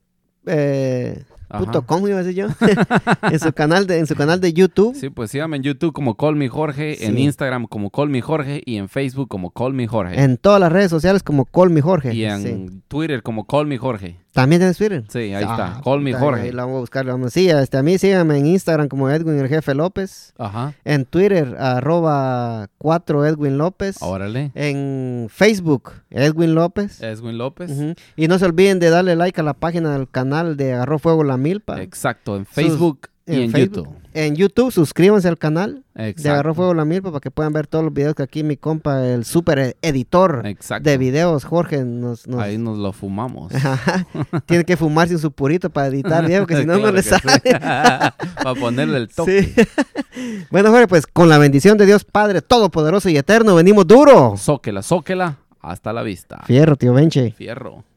A: eh,
B: Ajá.
A: puto con, iba a decir yo, en, su canal de, en su canal de YouTube.
B: Sí, pues síganme en YouTube como Call Me Jorge, en
A: Sí.
B: Instagram como Call Me Jorge y en Facebook como Call Me Jorge.
A: En todas las redes sociales como Call Me Jorge.
B: y en
A: sí.
B: Twitter como Call Me Jorge.
A: También tienes Twitter.
B: Sí, ahí
A: Ah,
B: está. Call Me
A: puta,
B: Jorge.
A: Ahí la vamos a buscar. la vamos- Sí, este, a mí síganme en Instagram como Edwin el Jefe López.
B: Ajá.
A: En Twitter, arroba 4 Edwin López.
B: Órale.
A: En Facebook, Edwin López.
B: Edwin López.
A: Ujú. Y no se olviden de darle like a la página del canal de Agarró Fuego la Milpa.
B: Exacto, en
A: Sus-
B: Facebook y en,
A: Facebook.
B: YouTube.
A: En YouTube, suscríbanse al canal de Agarró
B: Exacto.
A: Fuego la Milpa para que puedan ver todos los videos que aquí mi compa, el super editor
B: Exacto.
A: de videos, Jorge, nos, nos-
B: Ahí nos lo fumamos.
A: Ajá. Tiene que fumarse su purito para editar, viejo, que si no, no
B: Claro
A: le
B: que
A: sale.
B: sí. Para ponerle el toque.
A: Sí. bueno, Jorge, pues con la bendición de Dios Padre Todopoderoso y Eterno, venimos duro.
B: Zóquela, zóquela. Hasta la vista.
A: Fierro, tío Benche.
B: Fierro.